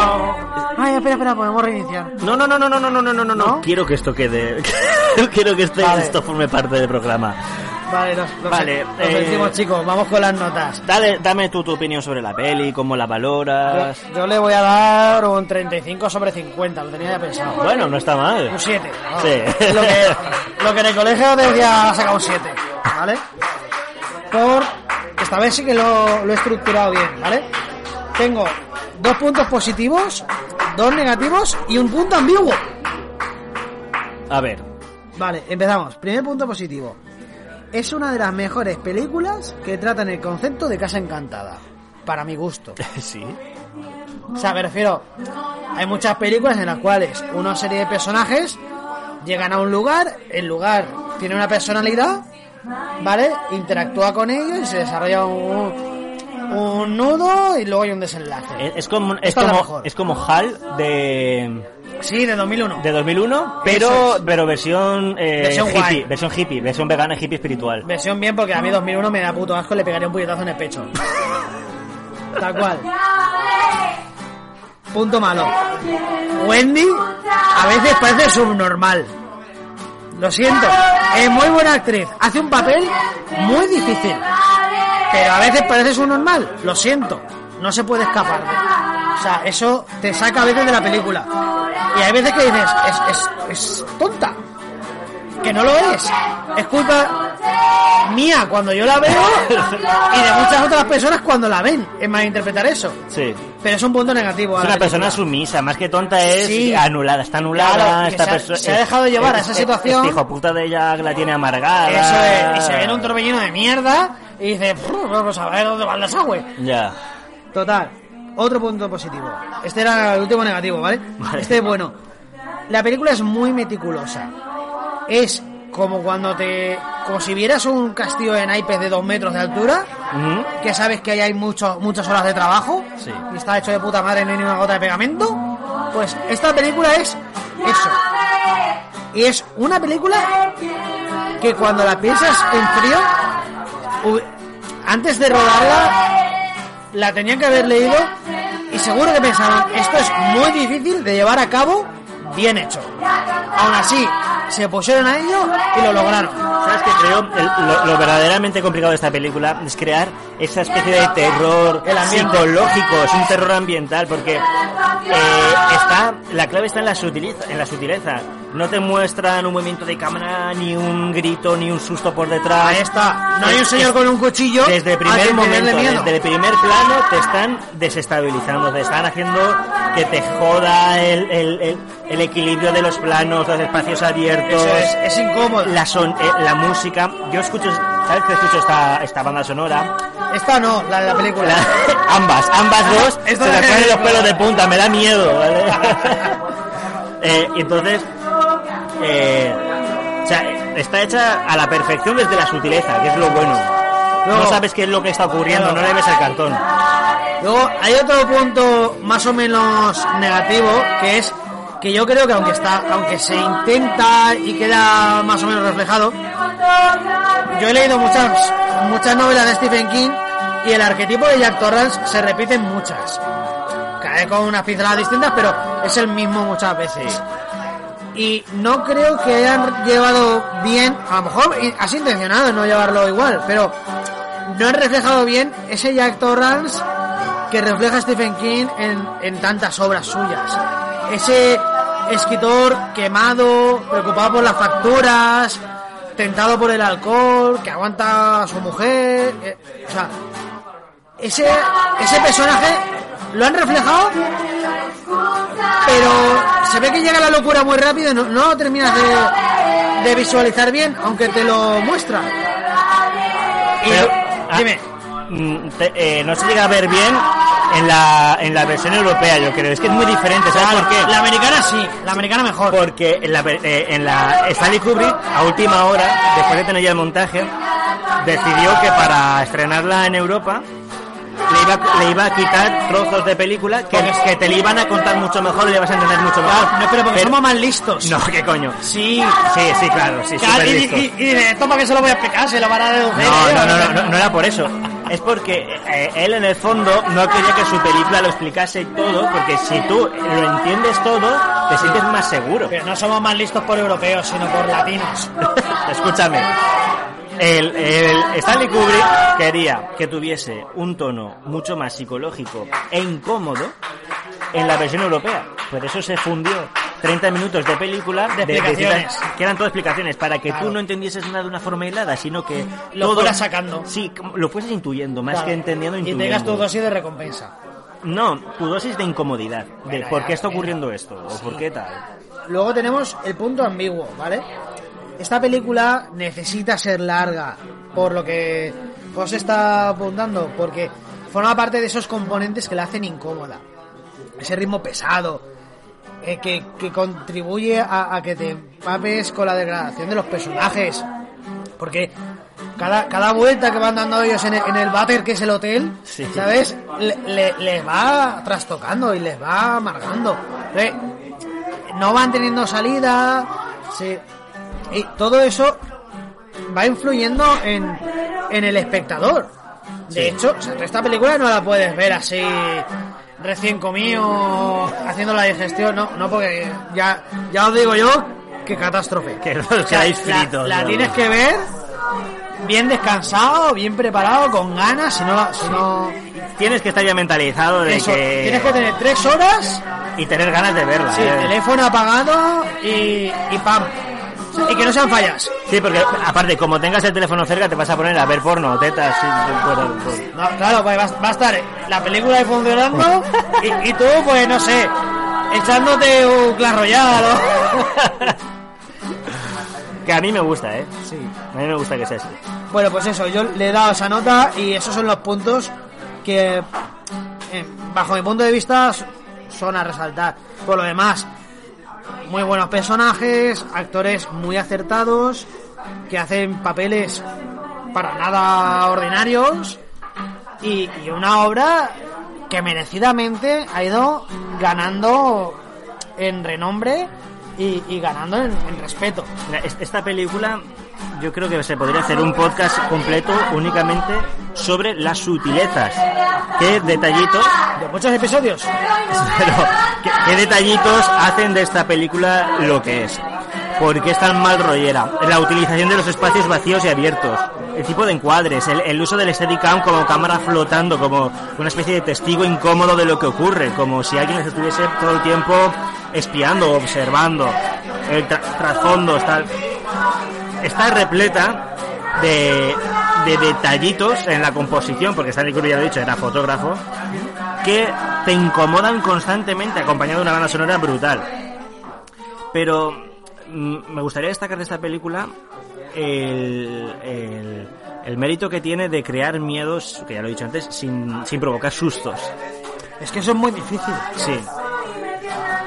Speaker 1: Ay, espera, espera, podemos reiniciar.
Speaker 2: No, no, no, no, no, no, no, no, no, no.
Speaker 1: ¿No?
Speaker 2: Quiero que esto quede. Quiero que esto,
Speaker 1: Vale.
Speaker 2: esto forme parte del programa.
Speaker 1: Vale, nos, nos-
Speaker 2: Vale,
Speaker 1: nos
Speaker 2: eh,
Speaker 1: decimos, chicos, vamos con las notas.
Speaker 2: Dale, dame tú tu opinión sobre la peli, cómo la
Speaker 1: Yo,
Speaker 2: valoras.
Speaker 1: yo le voy a dar un 35 sobre 50, lo tenía ya pensado.
Speaker 2: Bueno, no está mal.
Speaker 1: Un 7. ¿no?
Speaker 2: Sí.
Speaker 1: Lo que, lo que en el colegio decía saca un 7, ¿vale? Por. Esta vez sí que lo, lo he estructurado bien, ¿vale? Tengo dos puntos positivos, dos negativos y un punto ambiguo.
Speaker 2: A ver,
Speaker 1: Vale, empezamos. Primer punto positivo. Es una de las mejores películas que tratan el concepto de casa encantada. Para mi gusto.
Speaker 2: sí.
Speaker 1: O sea, me refiero, hay muchas películas en las cuales una serie de personajes llegan a un lugar, el lugar tiene una personalidad, ¿vale? Interactúa con ellos y se desarrolla un, un nudo y luego hay un desenlace.
Speaker 2: Es es como, es
Speaker 1: Esta es la
Speaker 2: como,
Speaker 1: mejor.
Speaker 2: es como HAL de,
Speaker 1: Sí, de 2001.
Speaker 2: de 2001,
Speaker 1: Eso
Speaker 2: pero,
Speaker 1: es.
Speaker 2: pero versión, eh,
Speaker 1: Versión
Speaker 2: hippie,
Speaker 1: guay.
Speaker 2: versión hippie, versión vegana, hippie espiritual.
Speaker 1: Versión bien porque a mí 2001 me da puto asco y le pegaría un puñetazo en el pecho. Tal cual. Punto malo. Wendy a veces parece subnormal. Lo siento. Es muy buena actriz. Hace un papel muy difícil. Pero a veces parece subnormal. Lo siento. No se puede escapar. O sea, eso te saca a veces de la película. Y hay veces que dices, es, es, es tonta. Que no lo es. Es culpa mía cuando yo la veo y de muchas otras personas cuando la ven. Es malinterpretar eso.
Speaker 2: Sí.
Speaker 1: Pero es un punto negativo. a
Speaker 2: Es
Speaker 1: la
Speaker 2: una persona
Speaker 1: película.
Speaker 2: sumisa, más que tonta es
Speaker 1: Sí.
Speaker 2: anulada, está anulada,
Speaker 1: Claro, que
Speaker 2: esta
Speaker 1: se ha-
Speaker 2: perso-
Speaker 1: se ha
Speaker 2: eh,
Speaker 1: dejado llevar a
Speaker 2: eh,
Speaker 1: esa
Speaker 2: eh,
Speaker 1: situación.
Speaker 2: este hijo puta de ella la tiene amargada.
Speaker 1: Eso es. Y se viene un torbellino de mierda y dice, "Prr, vamos a ver dónde va el desagüe.
Speaker 2: Ya.
Speaker 1: Total. Otro punto positivo. Este era el último negativo, ¿vale?
Speaker 2: Vale.
Speaker 1: Este es bueno. La película es muy meticulosa. Es como cuando te... Como si vieras un castillo de naipes de dos metros de altura,
Speaker 2: Ujú.
Speaker 1: que sabes que ahí hay mucho, muchas horas de trabajo,
Speaker 2: Sí.
Speaker 1: y está hecho de puta madre, no hay ni una gota de pegamento, pues esta película es eso. Y es una película que cuando la piensas en frío, hu- antes de rodarla, la tenían que haber leído y seguro que pensaban, esto es muy difícil de llevar a cabo bien hecho. Aún así, se pusieron a ello y lo lograron.
Speaker 2: ¿Sabes qué creo? El- lo, lo verdaderamente complicado de esta película es crear esa especie de terror
Speaker 1: El ambiente.
Speaker 2: psicológico, es un terror ambiental, porque eh, está la clave está en la, sutileza, en la sutileza. No te muestran un movimiento de cámara, ni un grito, ni un susto por detrás.
Speaker 1: Ahí está, no hay un
Speaker 2: Es-
Speaker 1: señor
Speaker 2: es-
Speaker 1: con un cuchillo.
Speaker 2: Desde el
Speaker 1: al
Speaker 2: primer
Speaker 1: que tenerle
Speaker 2: momento,
Speaker 1: miedo.
Speaker 2: desde el primer plano, te están desestabilizando, te están haciendo que te joda el, el- el- el equilibrio de los planos, los espacios abiertos.
Speaker 1: Eso es, es incómodo.
Speaker 2: La, son, eh, la música, yo escucho, ¿sabes que escucho esta, esta banda sonora?
Speaker 1: Esta no, la de la película.
Speaker 2: La- ambas, ambas dos, se
Speaker 1: Esto
Speaker 2: me
Speaker 1: de-
Speaker 2: ponen los pelos de punta, me da miedo, ¿vale? Eh, y entonces, eh, o sea, está hecha a la perfección desde la sutileza, que es lo bueno. No
Speaker 1: Luego-
Speaker 2: sabes qué es lo que está ocurriendo, no le ves el cartón.
Speaker 1: Luego hay otro punto más o menos negativo que es que yo creo que aunque está, aunque se intenta y queda más o menos reflejado, yo he leído muchas muchas novelas de Stephen King y el arquetipo de Jack Torrance se repite en muchas. Cae con unas pinceladas distintas, pero es el mismo muchas veces. Y no creo que hayan llevado bien, a lo mejor y- has intencionado no llevarlo igual, pero no han reflejado bien ese Jack Torrance que refleja Stephen King en, en tantas obras suyas. Ese escritor quemado, preocupado por las facturas, tentado por el alcohol, que aguanta a su mujer. eh, o sea, ese, ese personaje lo han reflejado, pero se ve que llega la locura muy rápido y no, no lo terminas de, de visualizar bien, aunque te lo muestra. Y
Speaker 2: Pero-
Speaker 1: lo-
Speaker 2: ah,
Speaker 1: Eh, dime.
Speaker 2: mm, te- eh, no se llega a ver bien en la, en la versión europea, yo creo. Es que es muy diferente, ¿sabes por qué?
Speaker 1: La americana sí, la americana mejor.
Speaker 2: Porque en la, eh, en la Stanley Kubrick, a última hora, después de tener ya el montaje, decidió que para estrenarla en Europa le iba, le iba a quitar trozos de película que, que te le iban a contar mucho mejor y le vas a entender mucho mejor.
Speaker 1: No, pero porque somos más listos.
Speaker 2: No, qué coño.
Speaker 1: Sí.
Speaker 2: Sí, sí, claro, sí,
Speaker 1: Claro, y,
Speaker 2: superlistos.
Speaker 1: y- y dice, esto para que se lo voy a explicar, se lo van a deducir.
Speaker 2: No,
Speaker 1: ¿eh?
Speaker 2: no, no, no, no, no era por eso. Es porque eh, él en el fondo no quería que su película lo explicase todo, porque si tú lo entiendes todo, te sientes más seguro.
Speaker 1: Pero no somos más listos por europeos, sino por latinos.
Speaker 2: Escúchame. El, el Stanley Kubrick quería que tuviese un tono mucho más psicológico e incómodo en la versión europea. Por eso se fundió 30 minutos de película
Speaker 1: De explicaciones.
Speaker 2: que eran todas explicaciones para que
Speaker 1: Claro.
Speaker 2: tú no entendieses nada de una forma helada, sino que
Speaker 1: Lo
Speaker 2: todo-
Speaker 1: fueras sacando.
Speaker 2: Sí, como- lo fueses intuyendo más
Speaker 1: Claro.
Speaker 2: que entendiendo
Speaker 1: Y
Speaker 2: intuyendo.
Speaker 1: tengas tu dosis de recompensa.
Speaker 2: No, tu dosis de incomodidad, de
Speaker 1: Bueno,
Speaker 2: por
Speaker 1: ya,
Speaker 2: qué está
Speaker 1: bueno.
Speaker 2: ocurriendo esto o por qué tal.
Speaker 1: Luego tenemos el punto ambiguo, ¿vale? Esta película necesita ser larga, por lo que José está apuntando, porque forma parte de esos componentes que la hacen incómoda. Ese ritmo pesado, eh, que, que contribuye a, a que te empapes con la degradación de los personajes. Porque Cada, cada vuelta que van dando ellos en el, en el váter, que es el hotel,
Speaker 2: Sí.
Speaker 1: ¿sabes? Le, le- les va trastocando y les va amargando. Eh, No van teniendo salida. sí. Y todo eso va influyendo en, en el espectador. De hecho, o sea, tú esta película no la puedes ver así recién comido, haciendo la digestión, no, no porque ya, ya os digo yo que catástrofe.
Speaker 2: Que los
Speaker 1: O sea,
Speaker 2: quedáis
Speaker 1: la-
Speaker 2: fritos,
Speaker 1: La,
Speaker 2: ¿no?
Speaker 1: tienes que ver bien descansado, bien preparado, con ganas, si no... la- Si no
Speaker 2: Tienes que estar ya mentalizado de
Speaker 1: eso,
Speaker 2: que...
Speaker 1: tienes que tener tres horas
Speaker 2: Y tener ganas de verla.
Speaker 1: Sí,
Speaker 2: ¿eh?
Speaker 1: teléfono apagado y, y pam. Y que no sean fallas.
Speaker 2: Sí, porque aparte, como tengas el teléfono cerca, te vas a poner a ver porno, tetas, sí, pues, por- por- por-
Speaker 1: No, claro, pues va, va a estar la película ahí funcionando y, y tú, pues no sé, echándote un Clash Royale
Speaker 2: Que a mí me gusta, ¿eh?
Speaker 1: o- Sí.
Speaker 2: A mí me gusta que sea así.
Speaker 1: Bueno, pues eso, yo le he dado esa nota y esos son los puntos que, eh, bajo mi punto de vista, s- son a resaltar. Por lo demás, muy buenos personajes, actores muy acertados, que hacen papeles para nada ordinarios y, y una obra que merecidamente ha ido ganando en renombre y, y ganando en- en respeto.
Speaker 2: Mira, es- Esta película, yo creo que se podría hacer un podcast completo únicamente sobre las sutilezas. ¿Qué detallitos,
Speaker 1: De muchos episodios.
Speaker 2: pero, qué, qué detallitos hacen de esta película lo que es? ¿Por qué es tan mal rollera? La utilización de los espacios vacíos y abiertos. El tipo de encuadres, el, el uso del Steadicam como cámara flotando, como una especie de testigo incómodo de lo que ocurre, como si alguien les estuviese todo el tiempo espiando, observando, el tra- trasfondos, tal está repleta de, de detallitos en la composición, porque Stanley Kubrick ya lo he dicho, era fotógrafo, que te incomodan constantemente, acompañado de una banda sonora brutal. Pero mm, me gustaría destacar de esta película el, el- el mérito que tiene de crear miedos, que ya lo he dicho antes, sin, sin provocar sustos.
Speaker 1: Es que eso es muy difícil.
Speaker 2: Sí.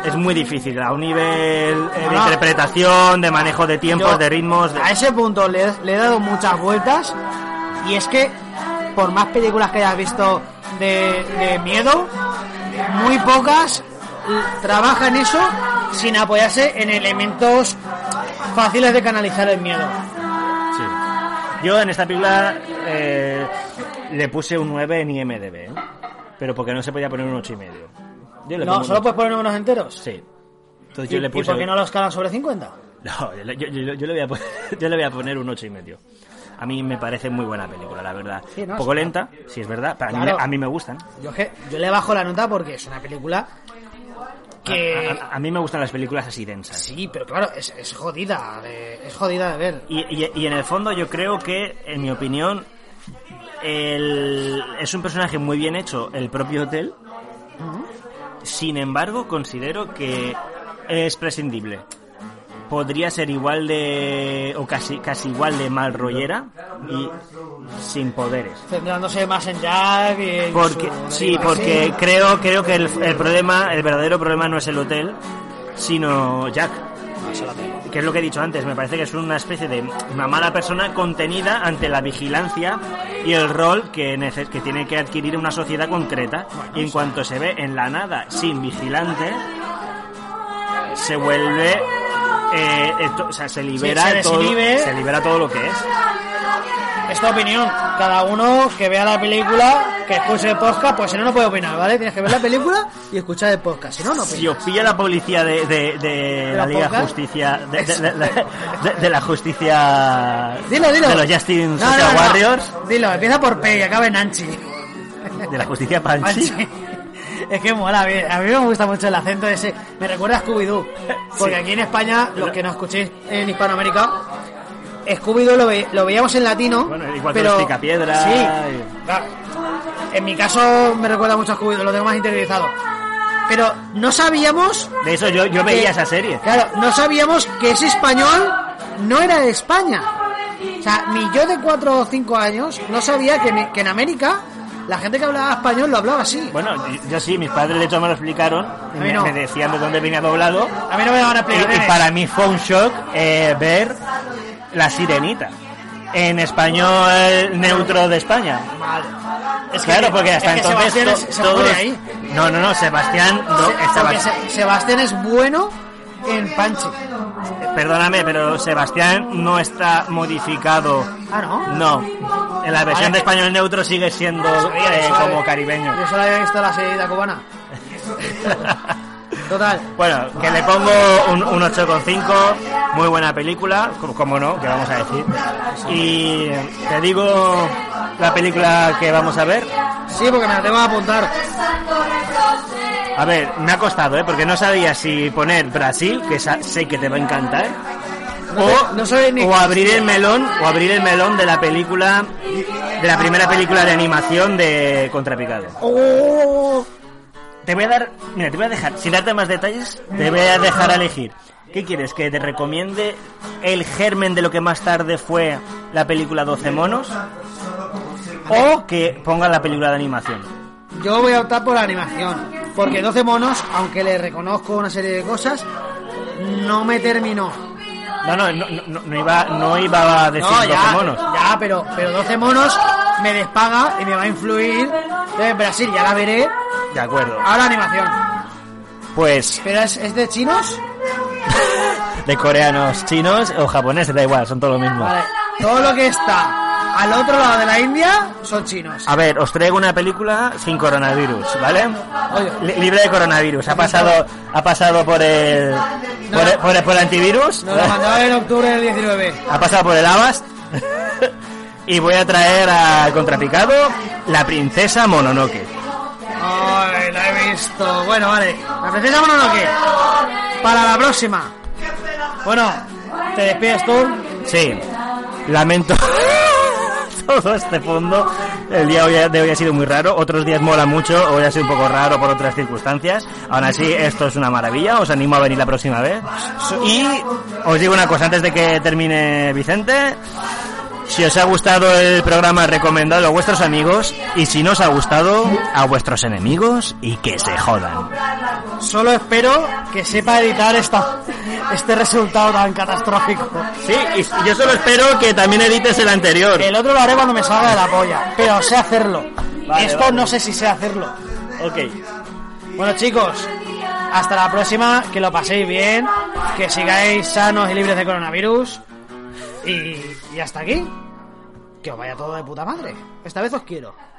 Speaker 2: Es muy difícil, a un nivel eh, de
Speaker 1: No.
Speaker 2: interpretación, de manejo de tiempos,
Speaker 1: Yo
Speaker 2: de ritmos. de-
Speaker 1: A ese punto le, le he dado muchas vueltas y es que por más películas que hayas visto de, de miedo, muy pocas l- trabajan eso sin apoyarse en elementos fáciles de canalizar el miedo.
Speaker 2: Sí. Yo en esta película eh, le puse un 9 en IMDB, ¿eh? pero porque no se podía poner un 8 y medio. Yo le pongo
Speaker 1: No,
Speaker 2: un
Speaker 1: solo
Speaker 2: ocho.
Speaker 1: puedes poner números enteros.
Speaker 2: Sí. Entonces
Speaker 1: ¿Y,
Speaker 2: yo le
Speaker 1: y
Speaker 2: puse...
Speaker 1: por qué no los calan sobre 50?
Speaker 2: No, yo, le- yo- yo- yo le voy a poner, yo le voy a poner un 8 y medio. A mí me parece muy buena película, la verdad.
Speaker 1: Sí, no,
Speaker 2: Un poco
Speaker 1: sí,
Speaker 2: lenta, si es verdad, pero a mí me-
Speaker 1: Claro.
Speaker 2: a mí me gustan.
Speaker 1: Yo, es que- yo le bajo la nota porque es una película que...
Speaker 2: A, a- a mí me gustan las películas así densas.
Speaker 1: Sí, pero claro, es, es jodida, de- es jodida de ver.
Speaker 2: Y, y- y en el fondo yo creo que, en mi opinión, el- es un personaje muy bien hecho, el propio Hotel. Sin embargo, considero que es prescindible. Podría ser igual de... o casi, casi igual de mal rollera y sin poderes.
Speaker 1: centrándose más en Jack y en
Speaker 2: Porque,
Speaker 1: su-
Speaker 2: sí, porque creo, creo que el, el problema, el verdadero problema no es el hotel, sino Jack.
Speaker 1: Ah,
Speaker 2: Que es lo que he dicho antes, me parece que es una especie de una mala persona contenida ante la vigilancia y el rol que, nece- que tiene que adquirir una sociedad concreta. Y en cuanto se ve en la nada sin vigilante, se vuelve. eh, esto- o sea, se libera,
Speaker 1: se
Speaker 2: todo,
Speaker 1: desinhibe.
Speaker 2: se libera todo lo que es.
Speaker 1: esta opinión cada uno que vea la película que escuche el podcast pues si no no puede opinar vale tienes que ver la película y escuchar el podcast si no no
Speaker 2: Si
Speaker 1: opinas
Speaker 2: os pilla la policía de, de- de
Speaker 1: ¿De
Speaker 2: la
Speaker 1: la
Speaker 2: Liga
Speaker 1: poca?
Speaker 2: Justicia, de, de- de- de- de- de la Justicia
Speaker 1: dilo dilo
Speaker 2: de los Justin
Speaker 1: No, no,
Speaker 2: Social
Speaker 1: no.
Speaker 2: Warriors,
Speaker 1: dilo empieza por P y acaba en Anchi
Speaker 2: de la Justicia Panchi.
Speaker 1: Anchi. es que mola a mí, a mí me gusta mucho el acento ese me recuerda a Scooby-Doo porque
Speaker 2: Sí.
Speaker 1: aquí en España los que no escuchéis en Hispanoamérica Scooby-Doo lo, ve- lo veíamos en latino
Speaker 2: Bueno, igual que
Speaker 1: pero
Speaker 2: los Picapiedra.
Speaker 1: sí
Speaker 2: y-
Speaker 1: Claro. En mi caso me recuerda mucho a Scooby-Doo, lo tengo más interiorizado. Pero no sabíamos...
Speaker 2: De eso yo, yo veía
Speaker 1: que-
Speaker 2: esa serie.
Speaker 1: Claro, no sabíamos que ese español no era de España. O sea, mi yo de 4 o 5 años no sabía que, en- que en América la gente que hablaba español lo hablaba así.
Speaker 2: Bueno, yo- yo sí, mis padres de hecho me lo explicaron, y
Speaker 1: mí
Speaker 2: me,
Speaker 1: no.
Speaker 2: me decían de dónde venía doblado.
Speaker 1: A mí no me van a
Speaker 2: Y,
Speaker 1: explicar.
Speaker 2: y para mí fue un shock eh, ver la sirenita. en español neutro de España.
Speaker 1: Es que-
Speaker 2: claro, porque hasta
Speaker 1: es que
Speaker 2: entonces
Speaker 1: Sebastián
Speaker 2: to-
Speaker 1: es- se
Speaker 2: todos-
Speaker 1: pone ahí.
Speaker 2: No, no, no, Sebastián, no,
Speaker 1: Se-
Speaker 2: estaba-
Speaker 1: porque Se- Sebastián es bueno en Panchi.
Speaker 2: perdóname, pero Sebastián no está modificado.
Speaker 1: Ah, ¿no?
Speaker 2: No, en la versión de español neutro sigue siendo eh,
Speaker 1: Eso,
Speaker 2: como
Speaker 1: eh,
Speaker 2: caribeño.
Speaker 1: Yo solo había visto la serie cubana. Total.
Speaker 2: Bueno, que le pongo un, un 8,5, muy buena película, como, como no, que vamos a decir. Y te digo la película que vamos a ver.
Speaker 1: Sí, porque me la tengo que apuntar.
Speaker 2: A ver, me ha costado, ¿eh? porque no sabía si poner Brasil, que sa- sé que te va a encantar, o,
Speaker 1: no sabía ni-
Speaker 2: o abrir el melón, o abrir el melón de la película, de la primera película de animación de Contrapicado.
Speaker 1: ¡Oh!
Speaker 2: Te voy a dar, mira, te voy a dejar, sin darte más detalles, te voy a dejar a elegir. ¿Qué quieres? ¿Que te recomiende el germen de lo que más tarde fue la película 12 monos? ¿O que ponga la película de animación?
Speaker 1: Yo voy a optar por la animación. Porque 12 monos, aunque le reconozco una serie de cosas, no me terminó.
Speaker 2: No, no, no, no, no iba, no iba a decir 12 monos.
Speaker 1: ya, pero, pero 12 monos me despaga y me va a influir. Entonces, Brasil ya la veré.
Speaker 2: De acuerdo.
Speaker 1: Ahora animación.
Speaker 2: Pues
Speaker 1: ¿Pero es, es de chinos?
Speaker 2: de coreanos, chinos o japoneses, da igual, son todo lo mismo.
Speaker 1: Vale. Todo lo que está al otro lado de la India son chinos.
Speaker 2: A ver, os traigo una película sin coronavirus, ¿vale?
Speaker 1: Oye.
Speaker 2: Li- libre de coronavirus. Ha pasado, ha pasado por el, por el, por el- por el antivirus.
Speaker 1: Nos lo mandaban en octubre del 19.
Speaker 2: ha pasado por el Avast. y voy a traer al contrapicado la princesa Mononoke.
Speaker 1: Ay, la he visto. Bueno, vale. ¿La princesa Mononoke? Para la próxima. Bueno, te despides tú.
Speaker 2: Sí, lamento todo este fondo. El día hoy- de hoy ha sido muy raro, otros días mola mucho, hoy ha sido un poco raro por otras circunstancias. Aún así, esto es una maravilla, os animo a venir la próxima vez. Y os digo una cosa antes de que termine Vicente. Si os ha gustado el programa, recomendadlo a vuestros amigos. Y si no os ha gustado, a vuestros enemigos y que se jodan.
Speaker 1: Solo espero que sepa editar esta, este resultado tan catastrófico.
Speaker 2: Sí, y yo solo espero que también edites el anterior.
Speaker 1: El otro lo haré cuando me salga de la polla, pero sé hacerlo.
Speaker 2: Vale,
Speaker 1: Esto
Speaker 2: vale.
Speaker 1: no sé si sé hacerlo.
Speaker 2: Ok.
Speaker 1: Bueno chicos, hasta la próxima, que lo paséis bien, que sigáis sanos y libres de coronavirus. Y, y hasta aquí. Que os vaya todo de puta madre. Esta vez os quiero.